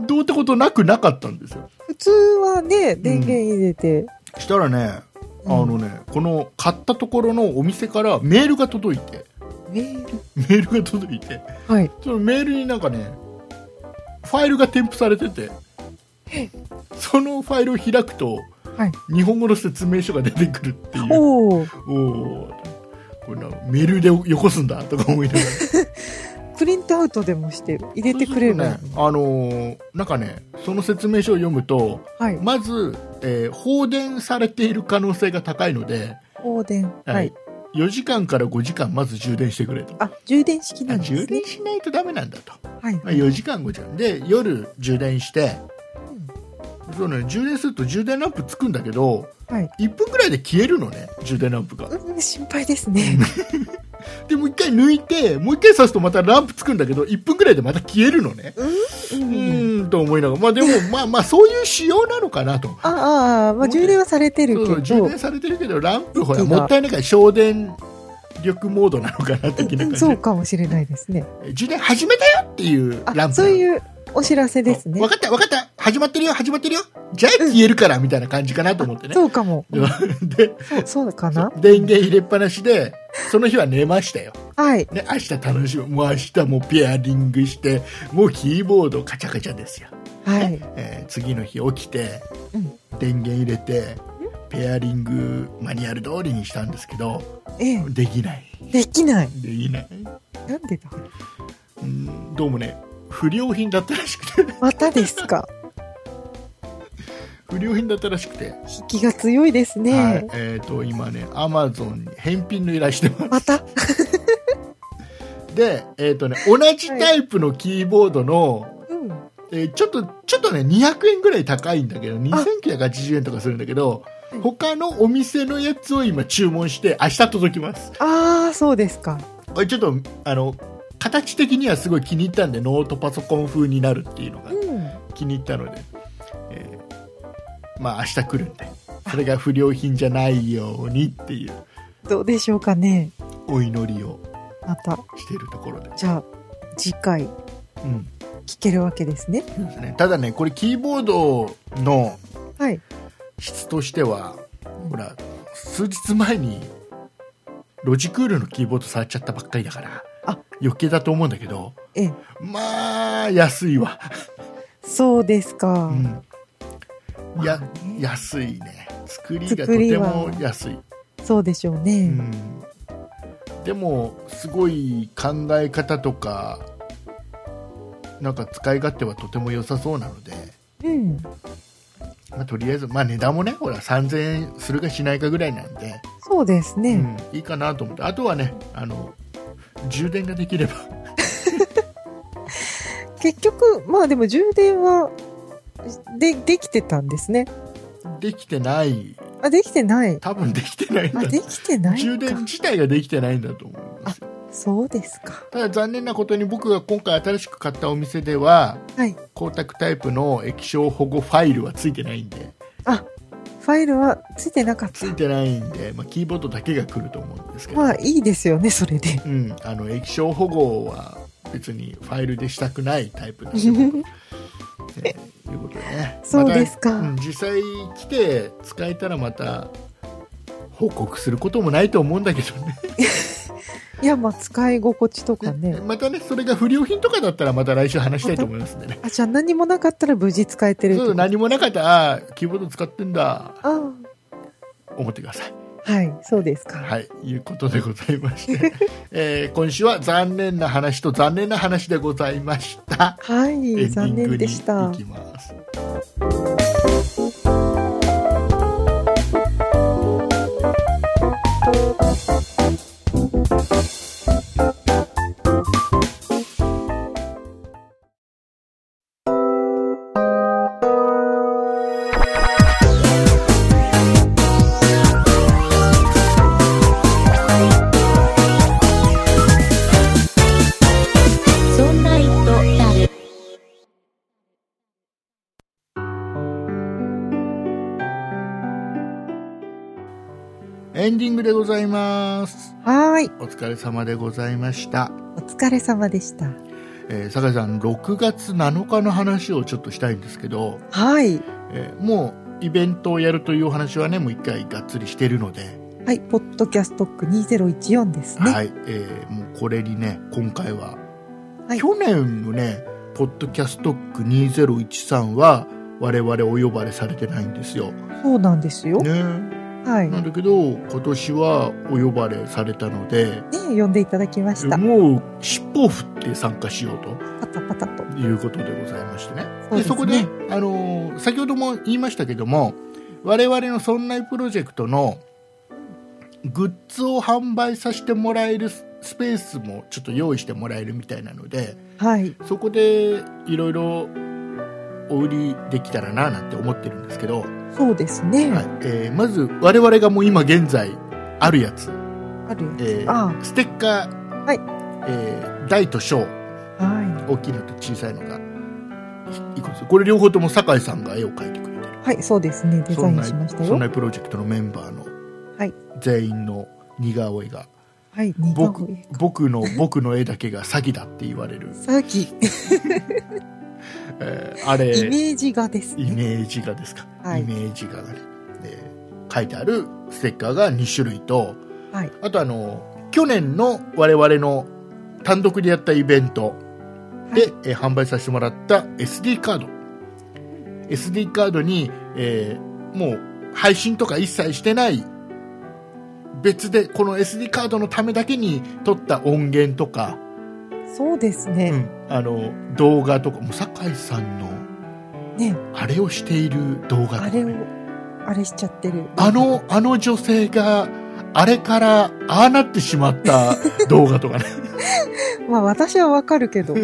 Speaker 2: どうってことなくなかったんですよ
Speaker 3: 普通はね電源入れて、
Speaker 2: したらねあのね、この買ったところのお店からメールが届いて
Speaker 3: メール
Speaker 2: メールが届いて
Speaker 3: はい
Speaker 2: そのメールになんかねファイルが添付されててそのファイルを開くと、
Speaker 3: はい
Speaker 2: 日本語の説明書が出てくるっていう
Speaker 3: おお
Speaker 2: おおこれなメールでよこすんだとか思いなが ら
Speaker 3: プリントアウトでもして入れてくれる
Speaker 2: そうするとね、あのーなんかねその説明書を読むと
Speaker 3: はい
Speaker 2: まず、えー放電されている可能性が高いので、
Speaker 3: 放電はい、
Speaker 2: はい4時間から5時間まず充電してくれと、
Speaker 3: あ充電式な
Speaker 2: あ
Speaker 3: んですね
Speaker 2: 充電しないとダメなんだと、
Speaker 3: はい
Speaker 2: まあ、4時間5時間で夜充電して、そうね、充電すると充電ランプつくんだけど
Speaker 3: はい
Speaker 2: 1分ぐらいで消えるのね充電ランプが
Speaker 3: うん心配ですね
Speaker 2: でもう1回抜いてもう1回挿すとまたランプつくんだけど1分ぐらいでまた消えるのね
Speaker 3: う
Speaker 2: うんーんと思いながら、まあ、でもまあまあそういう仕様なのかなと
Speaker 3: ああああまあ充電はされてる
Speaker 2: そう
Speaker 3: け
Speaker 2: そう
Speaker 3: ど
Speaker 2: 充電されてるけどランプほら
Speaker 3: 息が
Speaker 2: もったいないから省電力モードなのかな的な
Speaker 3: う
Speaker 2: 感
Speaker 3: ん
Speaker 2: じ
Speaker 3: そうかもしれないですね
Speaker 2: で充電始めたよっていうラン
Speaker 3: あ
Speaker 2: プ
Speaker 3: そう
Speaker 2: う
Speaker 3: いうお知らせですね
Speaker 2: 分かった分かった始まってるよ始まってるよじゃあ消えるからみたいな感じかなと思ってね
Speaker 3: そうかも
Speaker 2: で
Speaker 3: そうそうかな
Speaker 2: 電源入れっぱなしでその日は寝ましたよ、
Speaker 3: はい
Speaker 2: ね、明日楽しみもう明日もペアリングしてもうキーボードカチャカチャですよ
Speaker 3: はい
Speaker 2: えー次の日起きて、
Speaker 3: うん
Speaker 2: 電源入れてペアリングマニュアル通りにしたんですけど
Speaker 3: ええ
Speaker 2: できない
Speaker 3: できない
Speaker 2: できない
Speaker 3: なんでだ
Speaker 2: うんどうもね不良品だったらしくて
Speaker 3: またですか
Speaker 2: 不良品だったらしくて、
Speaker 3: 引きが強いですね、
Speaker 2: はいえー、と今ねアマゾンに返品の依頼してま
Speaker 3: また
Speaker 2: すで、えーとね、同じタイプのキーボードの、
Speaker 3: うん
Speaker 2: えーちょっとちょっとね200円ぐらい高いんだけど2980円とかするんだけど
Speaker 3: はい
Speaker 2: 他のお店のやつを今注文して明日届きます
Speaker 3: ああそうですか
Speaker 2: これちょっとあの形的にはすごい気に入ったんでノートパソコン風になるっていうのが
Speaker 3: うん
Speaker 2: 気に入ったので、えーまあ明日来るんでそれが不良品じゃないようにっていう
Speaker 3: どうでしょうかね
Speaker 2: お祈りを
Speaker 3: また
Speaker 2: しているところで,、
Speaker 3: じゃあ次回
Speaker 2: うん
Speaker 3: 聞けるわけですね
Speaker 2: そうですね、ただねこれキーボードの
Speaker 3: はい
Speaker 2: 質としてはほら数日前にロジクールのキーボード触っちゃったばっかりだから
Speaker 3: あ
Speaker 2: 余計だと思うんだけど
Speaker 3: ええ
Speaker 2: まあ安いわ、
Speaker 3: そうですか、
Speaker 2: うん、いや
Speaker 3: まあね
Speaker 2: 安いね作りがと
Speaker 3: 作り
Speaker 2: て
Speaker 3: は
Speaker 2: も安い、
Speaker 3: そうでしょうね、
Speaker 2: うん、でもすごい考え方とかなんか使い勝手はとても良さそうなので、
Speaker 3: うん、
Speaker 2: まあ、とりあえず、まあ、値段もねほら3000円するかしないかぐらいなんで、
Speaker 3: そうです
Speaker 2: う
Speaker 3: ね、
Speaker 2: ん、いいかなと思ってあとはねあの充電ができれば
Speaker 3: 結局まあでも充電はでできてたんですね
Speaker 2: できてない
Speaker 3: あできてない
Speaker 2: 多分できてないんだ
Speaker 3: あできてない
Speaker 2: 充
Speaker 3: か
Speaker 2: 電自体ができてないんだと思いますよ
Speaker 3: そうですか
Speaker 2: ただ残念なことに僕が今回新しく買ったお店では
Speaker 3: はい
Speaker 2: 光沢タイプの液晶保護ファイルはついてないんで
Speaker 3: ファイルはついてなかっ
Speaker 2: つ
Speaker 3: た
Speaker 2: いてないんで、まあ、キーボードだけが来ると思うんですけど、
Speaker 3: まあいいですよねそれで
Speaker 2: うん、あの液晶 保護は別にファイルでしたくないタイプなんで、ねいうことでね
Speaker 3: そうですか
Speaker 2: またうん実際来て使えたらまた報告することもないと思うんだけどね
Speaker 3: いやまあ使い心地とかね
Speaker 2: またねそれが不良品とかだったらまた来週話したいと思いますん でね
Speaker 3: あじゃあ何もなかったら無事使えてるって
Speaker 2: そう何もなかったらあーキーボード使ってんだ
Speaker 3: あ
Speaker 2: 思ってください
Speaker 3: あはいそうですか、
Speaker 2: はいいうことでございま して、えー今週は残念な話と残念な話でございました
Speaker 3: はい、残念でし
Speaker 2: エン
Speaker 3: た
Speaker 2: デ。ィングに行きます
Speaker 1: そんな糸だる。
Speaker 2: エンディングでございます
Speaker 3: はーい、
Speaker 2: お疲れ様でございました、
Speaker 3: お疲れ様でした。
Speaker 2: えー、酒井さん6月7日の話をちょっとしたいんですけど、
Speaker 3: はい、
Speaker 2: えーもうイベントをやるというお話はねもう一回がっつりしてるので、
Speaker 3: はい、ポッドキャストック2014ですね。
Speaker 2: はい、えーもうこれにね今回は、
Speaker 3: はい
Speaker 2: 去年のねポッドキャストック2013は我々お呼ばれされてないんですよ、
Speaker 3: そうなんですよ。
Speaker 2: ね、
Speaker 3: はい、
Speaker 2: な
Speaker 3: ね
Speaker 2: んだけど今年はお呼ばれされたので
Speaker 3: 呼んでいただきました。
Speaker 2: もう尻尾を振って参加しようと
Speaker 3: パタパタと。
Speaker 2: いうことでございましてね。
Speaker 3: そ
Speaker 2: で
Speaker 3: うですね
Speaker 2: そこで、あのー先ほども言いましたけども我々の「そんなプロジェクト」のグッズを販売させてもらえるススペースもちょっと用意してもらえるみたいなので
Speaker 3: はい、
Speaker 2: そこでいろいろお売りできたらななんて思ってるんですけど、
Speaker 3: そうですね。
Speaker 2: はいえーまず我々がもう今現在あるやつ、
Speaker 3: あるよね。
Speaker 2: えー
Speaker 3: あ
Speaker 2: ステッカー、
Speaker 3: はい
Speaker 2: えー大と小
Speaker 3: は
Speaker 2: 大きいのと小さいのがいくつこれ両方とも酒井さんが絵を描いてくれてる
Speaker 3: い、はい、そうですね。デザインしました
Speaker 2: そん
Speaker 3: よ。
Speaker 2: なプロジェクトのメンバーの
Speaker 3: はい
Speaker 2: 全員の似顔絵が
Speaker 3: はい、似
Speaker 2: 僕
Speaker 3: 顔絵。
Speaker 2: 僕の僕の絵だけが詐欺だって言われる、
Speaker 3: さっき、イ
Speaker 2: え ーあれイメ
Speaker 3: メージ画ですね。
Speaker 2: ージ画ですか、
Speaker 3: はい
Speaker 2: イメージ画がね、えー書いてあるステッカーが2種類と
Speaker 3: はい、
Speaker 2: あとあの去年の我々の単独でやったイベントで、
Speaker 3: はい
Speaker 2: えー販売させてもらった SD カード SD カードに、えーもう配信とか一切してない別でこの SD カードのためだけに撮った音源とか、
Speaker 3: そうです
Speaker 2: う
Speaker 3: ね。
Speaker 2: んあの動画とかもう酒井さんの
Speaker 3: ね、
Speaker 2: あれをしている動画とか
Speaker 3: あ
Speaker 2: ね、
Speaker 3: れを、あれしちゃってる。
Speaker 2: あのあの女性があれからああなってしまった動画とかね
Speaker 3: まあ私はわかるけ ど。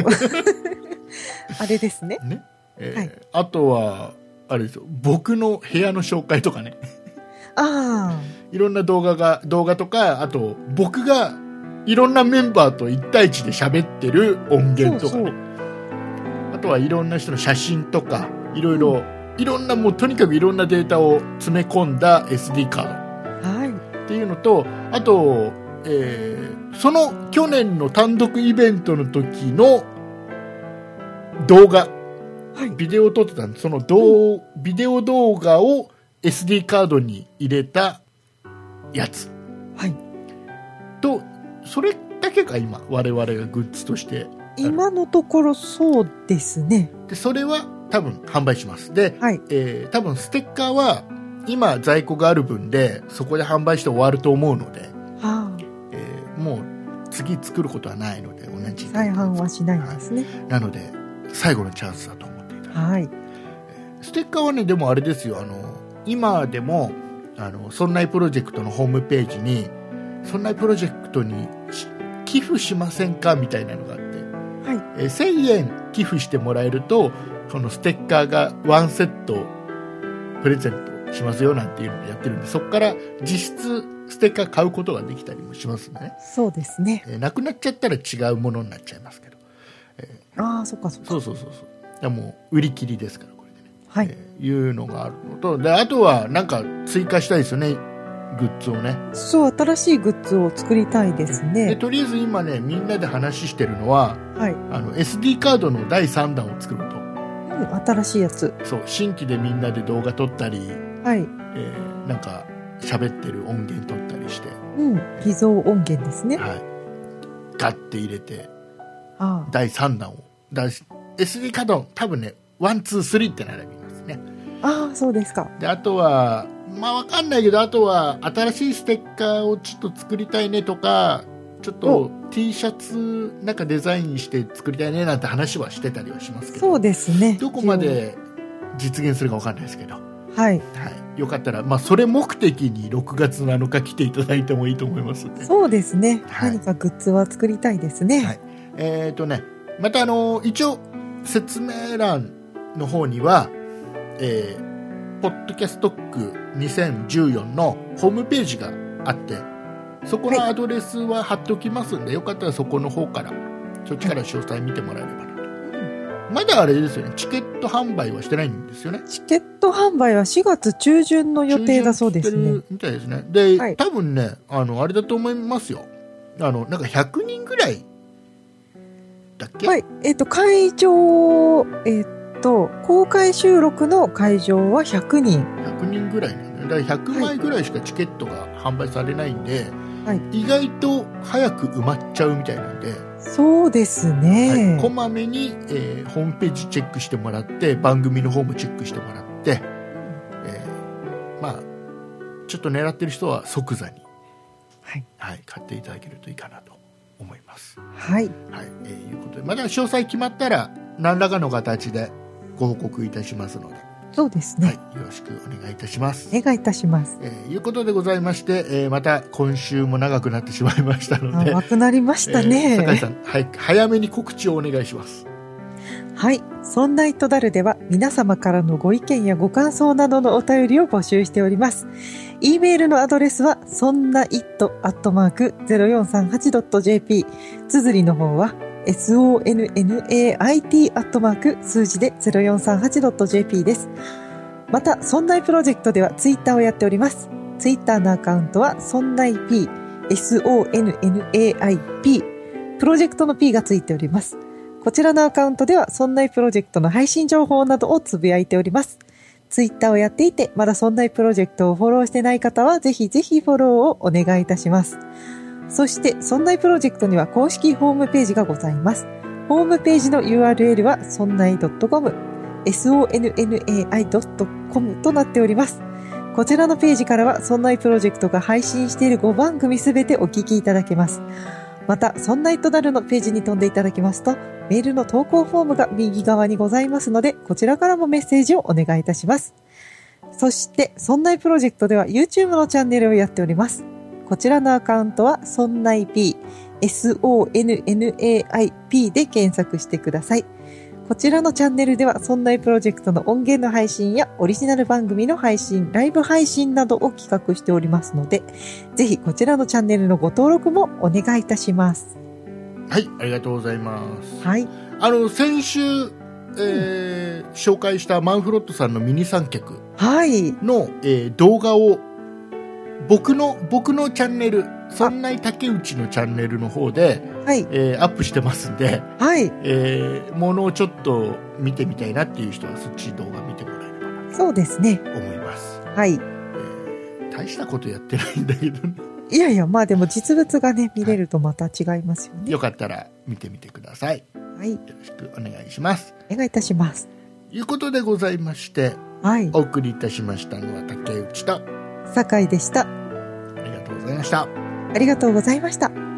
Speaker 3: あれですね。
Speaker 2: ね、えー
Speaker 3: はい
Speaker 2: あとはあれですよ僕の部屋の紹介とかね
Speaker 3: ああ。
Speaker 2: いろんな動画が動画とかあと僕がいろんなメンバーと一対一で喋ってる音源とかね
Speaker 3: そう
Speaker 2: あとはいろんな人の写真とかいろいろ、いろんなもうとにかくいろんなデータを詰め込んだ SD カー
Speaker 3: は
Speaker 2: ドっていうのとあと、えーその去年の単独イベントの時の動画
Speaker 3: い。はい。
Speaker 2: ビデオを撮ってたんでその動、ビデオ動画を SD カードに入れたやつ
Speaker 3: はい。
Speaker 2: とそれだけが今我々がグッズとして
Speaker 3: 今のところそうですね。
Speaker 2: でそれは多分販売しますで、
Speaker 3: はい。
Speaker 2: えー多分ステッカーは今在庫がある分でそこで販売して終わると思うので、
Speaker 3: はあ、
Speaker 2: えーもう次作ることはないので同じ
Speaker 3: 再販はしないんですね。
Speaker 2: なので最後のチャンスだと思っていた
Speaker 3: はい。
Speaker 2: ステッカーはねでもあれですよあの今でもあのそんないプロジェクトのホームページにそんないプロジェクトにし寄付しませんかみたいなのがあって、
Speaker 3: は
Speaker 2: えー1000円寄付してもらえるとこのステッカーがワンセットプレゼントしますよなんていうのをやってるんでそこから実質ステッカー買うことができたりもしますね、
Speaker 3: そうですね。
Speaker 2: えーなくなっちゃったら違うものになっちゃいますけど
Speaker 3: ああ、そっかそっか。
Speaker 2: そうそうそうそういやもう売り切りですからこれでね
Speaker 3: はい。
Speaker 2: えーいうのがあるのとであとはなんか追加したいですよねグッズをね
Speaker 3: そう、新しいグッズを作りたいです
Speaker 2: で
Speaker 3: ね。
Speaker 2: とりあえず今ねみんなで話してるのは
Speaker 3: はい。
Speaker 2: あの SD カードの第3弾を作ると
Speaker 3: うん新しいやつ。
Speaker 2: そう新規でみんなで動画撮ったり、
Speaker 3: はい。
Speaker 2: えーなんか喋ってる音源撮ったりして、
Speaker 3: うん。偽造音源ですね。
Speaker 2: はい、ガッて入れて
Speaker 3: あ
Speaker 2: 第3弾をだし SD カード多分ねワンツースリーって並びますね
Speaker 3: あ。ああ、そうですか。
Speaker 2: であとはまあわかんないけどあとは新しいステッカーをちょっと作りたいねとかちょっと T シャツなんかデザインして作りたいねなんて話はしてたりはしますけど
Speaker 3: そうですね。
Speaker 2: どこまで実現するかわかんないですけど、は
Speaker 3: 一応。はい。
Speaker 2: い、よかったら、まあ、それ目的に6月7日来ていただいてもいいと思いますんで
Speaker 3: そうですね。
Speaker 2: はい
Speaker 3: 何かグッズは作りたいですね。
Speaker 2: はいえーとね、またあの一応説明欄の方には、えーポッドキャストック2014のホームページがあってそこの
Speaker 3: は
Speaker 2: アドレスは貼っておきますんで、よかったらそこの方からそっちから詳細見てもらえればなと、まだあれですよねチケット販売はしてないんですよね
Speaker 3: チケット販売は4月中旬の予定だそうです
Speaker 2: 中
Speaker 3: ね
Speaker 2: 旬。みたいですねで、
Speaker 3: はい
Speaker 2: 多分ねあのあれだと思いますよあのなんか100人ぐらいだっけ、
Speaker 3: はい。えっ、と、会場、えっ、と、公開収録の会場は100人。
Speaker 2: 100人ぐらいなんだよだから100枚ぐらいしかチケットが販売されないんで、
Speaker 3: はい
Speaker 2: 意外と早く埋まっちゃうみたいなんで、
Speaker 3: そうですね。
Speaker 2: はいこまめに、えーホームページチェックしてもらって番組の方もチェックしてもらって、えーまあちょっと狙ってる人は即座に、
Speaker 3: はい。
Speaker 2: はい、買っていただけるといいかなと思います。
Speaker 3: はい。
Speaker 2: はいえーいうことでまだ詳細決まったら何らかの形でご報告いたしますので、
Speaker 3: そうです
Speaker 2: はい、
Speaker 3: ね。
Speaker 2: よろしくお願いいたします。
Speaker 3: お願いいたします。
Speaker 2: えーいうことでございまして、えーまた今週も長くなってしまいましたので、
Speaker 3: 甘くなりましたね。
Speaker 2: えー酒井さん、はい、早めに告知をお願いします。
Speaker 3: はい。そんな糸だるでは皆様からのご意見やご感想などのお便りを募集しております。e メールのアドレスは、そんな it.0438.jp。綴りの方は、sonnait アットマーク数字で 0438.jp です。また、そんないプロジェクトではツイッターをやっております。ツイッターのアカウントは、そんない p、sonnaip。プロジェクトの p がついております。こちらのアカウントでは、そんないプロジェクトの配信情報などをつぶやいております。ツイッターをやっていて、まだそんないプロジェクトをフォローしてない方は、ぜひぜひフォローをお願いいたします。そして、そんないプロジェクトには公式ホームページがございます。ホームページの URL は、そんない .com、sonnai.com となっております。こちらのページからは、そんないプロジェクトが配信している5番組すべてお聞きいただけます。また、そんないとなるのページに飛んでいただきますと、メールの投稿フォームが右側にございますので、こちらからもメッセージをお願いいたします。そして、そんないプロジェクトでは YouTube のチャンネルをやっております。こちらのアカウントは、そんない P、sonnaip で検索してください。こちらのチャンネルでは、そんないプロジェクトの音源の配信やオリジナル番組の配信、ライブ配信などを企画しておりますので、ぜひこちらのチャンネルのご登録もお願いいたします。
Speaker 2: はい、ありがとうございます。
Speaker 3: はい。
Speaker 2: あの、先週、えー紹介したマンフロットさんのミニ三脚
Speaker 3: はい。
Speaker 2: の、えー動画を、僕の、僕のチャンネル、そんない竹内のチャンネルの方で、
Speaker 3: はい。
Speaker 2: えーアップしてますんで、
Speaker 3: はい。
Speaker 2: えーものをちょっと見てみたいなっていう人は、そっち動画見てもらえれば
Speaker 3: そうですね。
Speaker 2: と思います。
Speaker 3: はい。
Speaker 2: えー大したことやってないんだけどね
Speaker 3: いやいや、まあでも実物がね、見れるとまた違いますよね。
Speaker 2: よかったら見てみてください
Speaker 3: はい。
Speaker 2: よろしくお願いします
Speaker 3: お願いいたします。
Speaker 2: ということでございまして
Speaker 3: はい。
Speaker 2: お送りいたしましたのは竹内と
Speaker 3: 酒井でした。
Speaker 2: ありがとうございました
Speaker 3: ありがとうございました。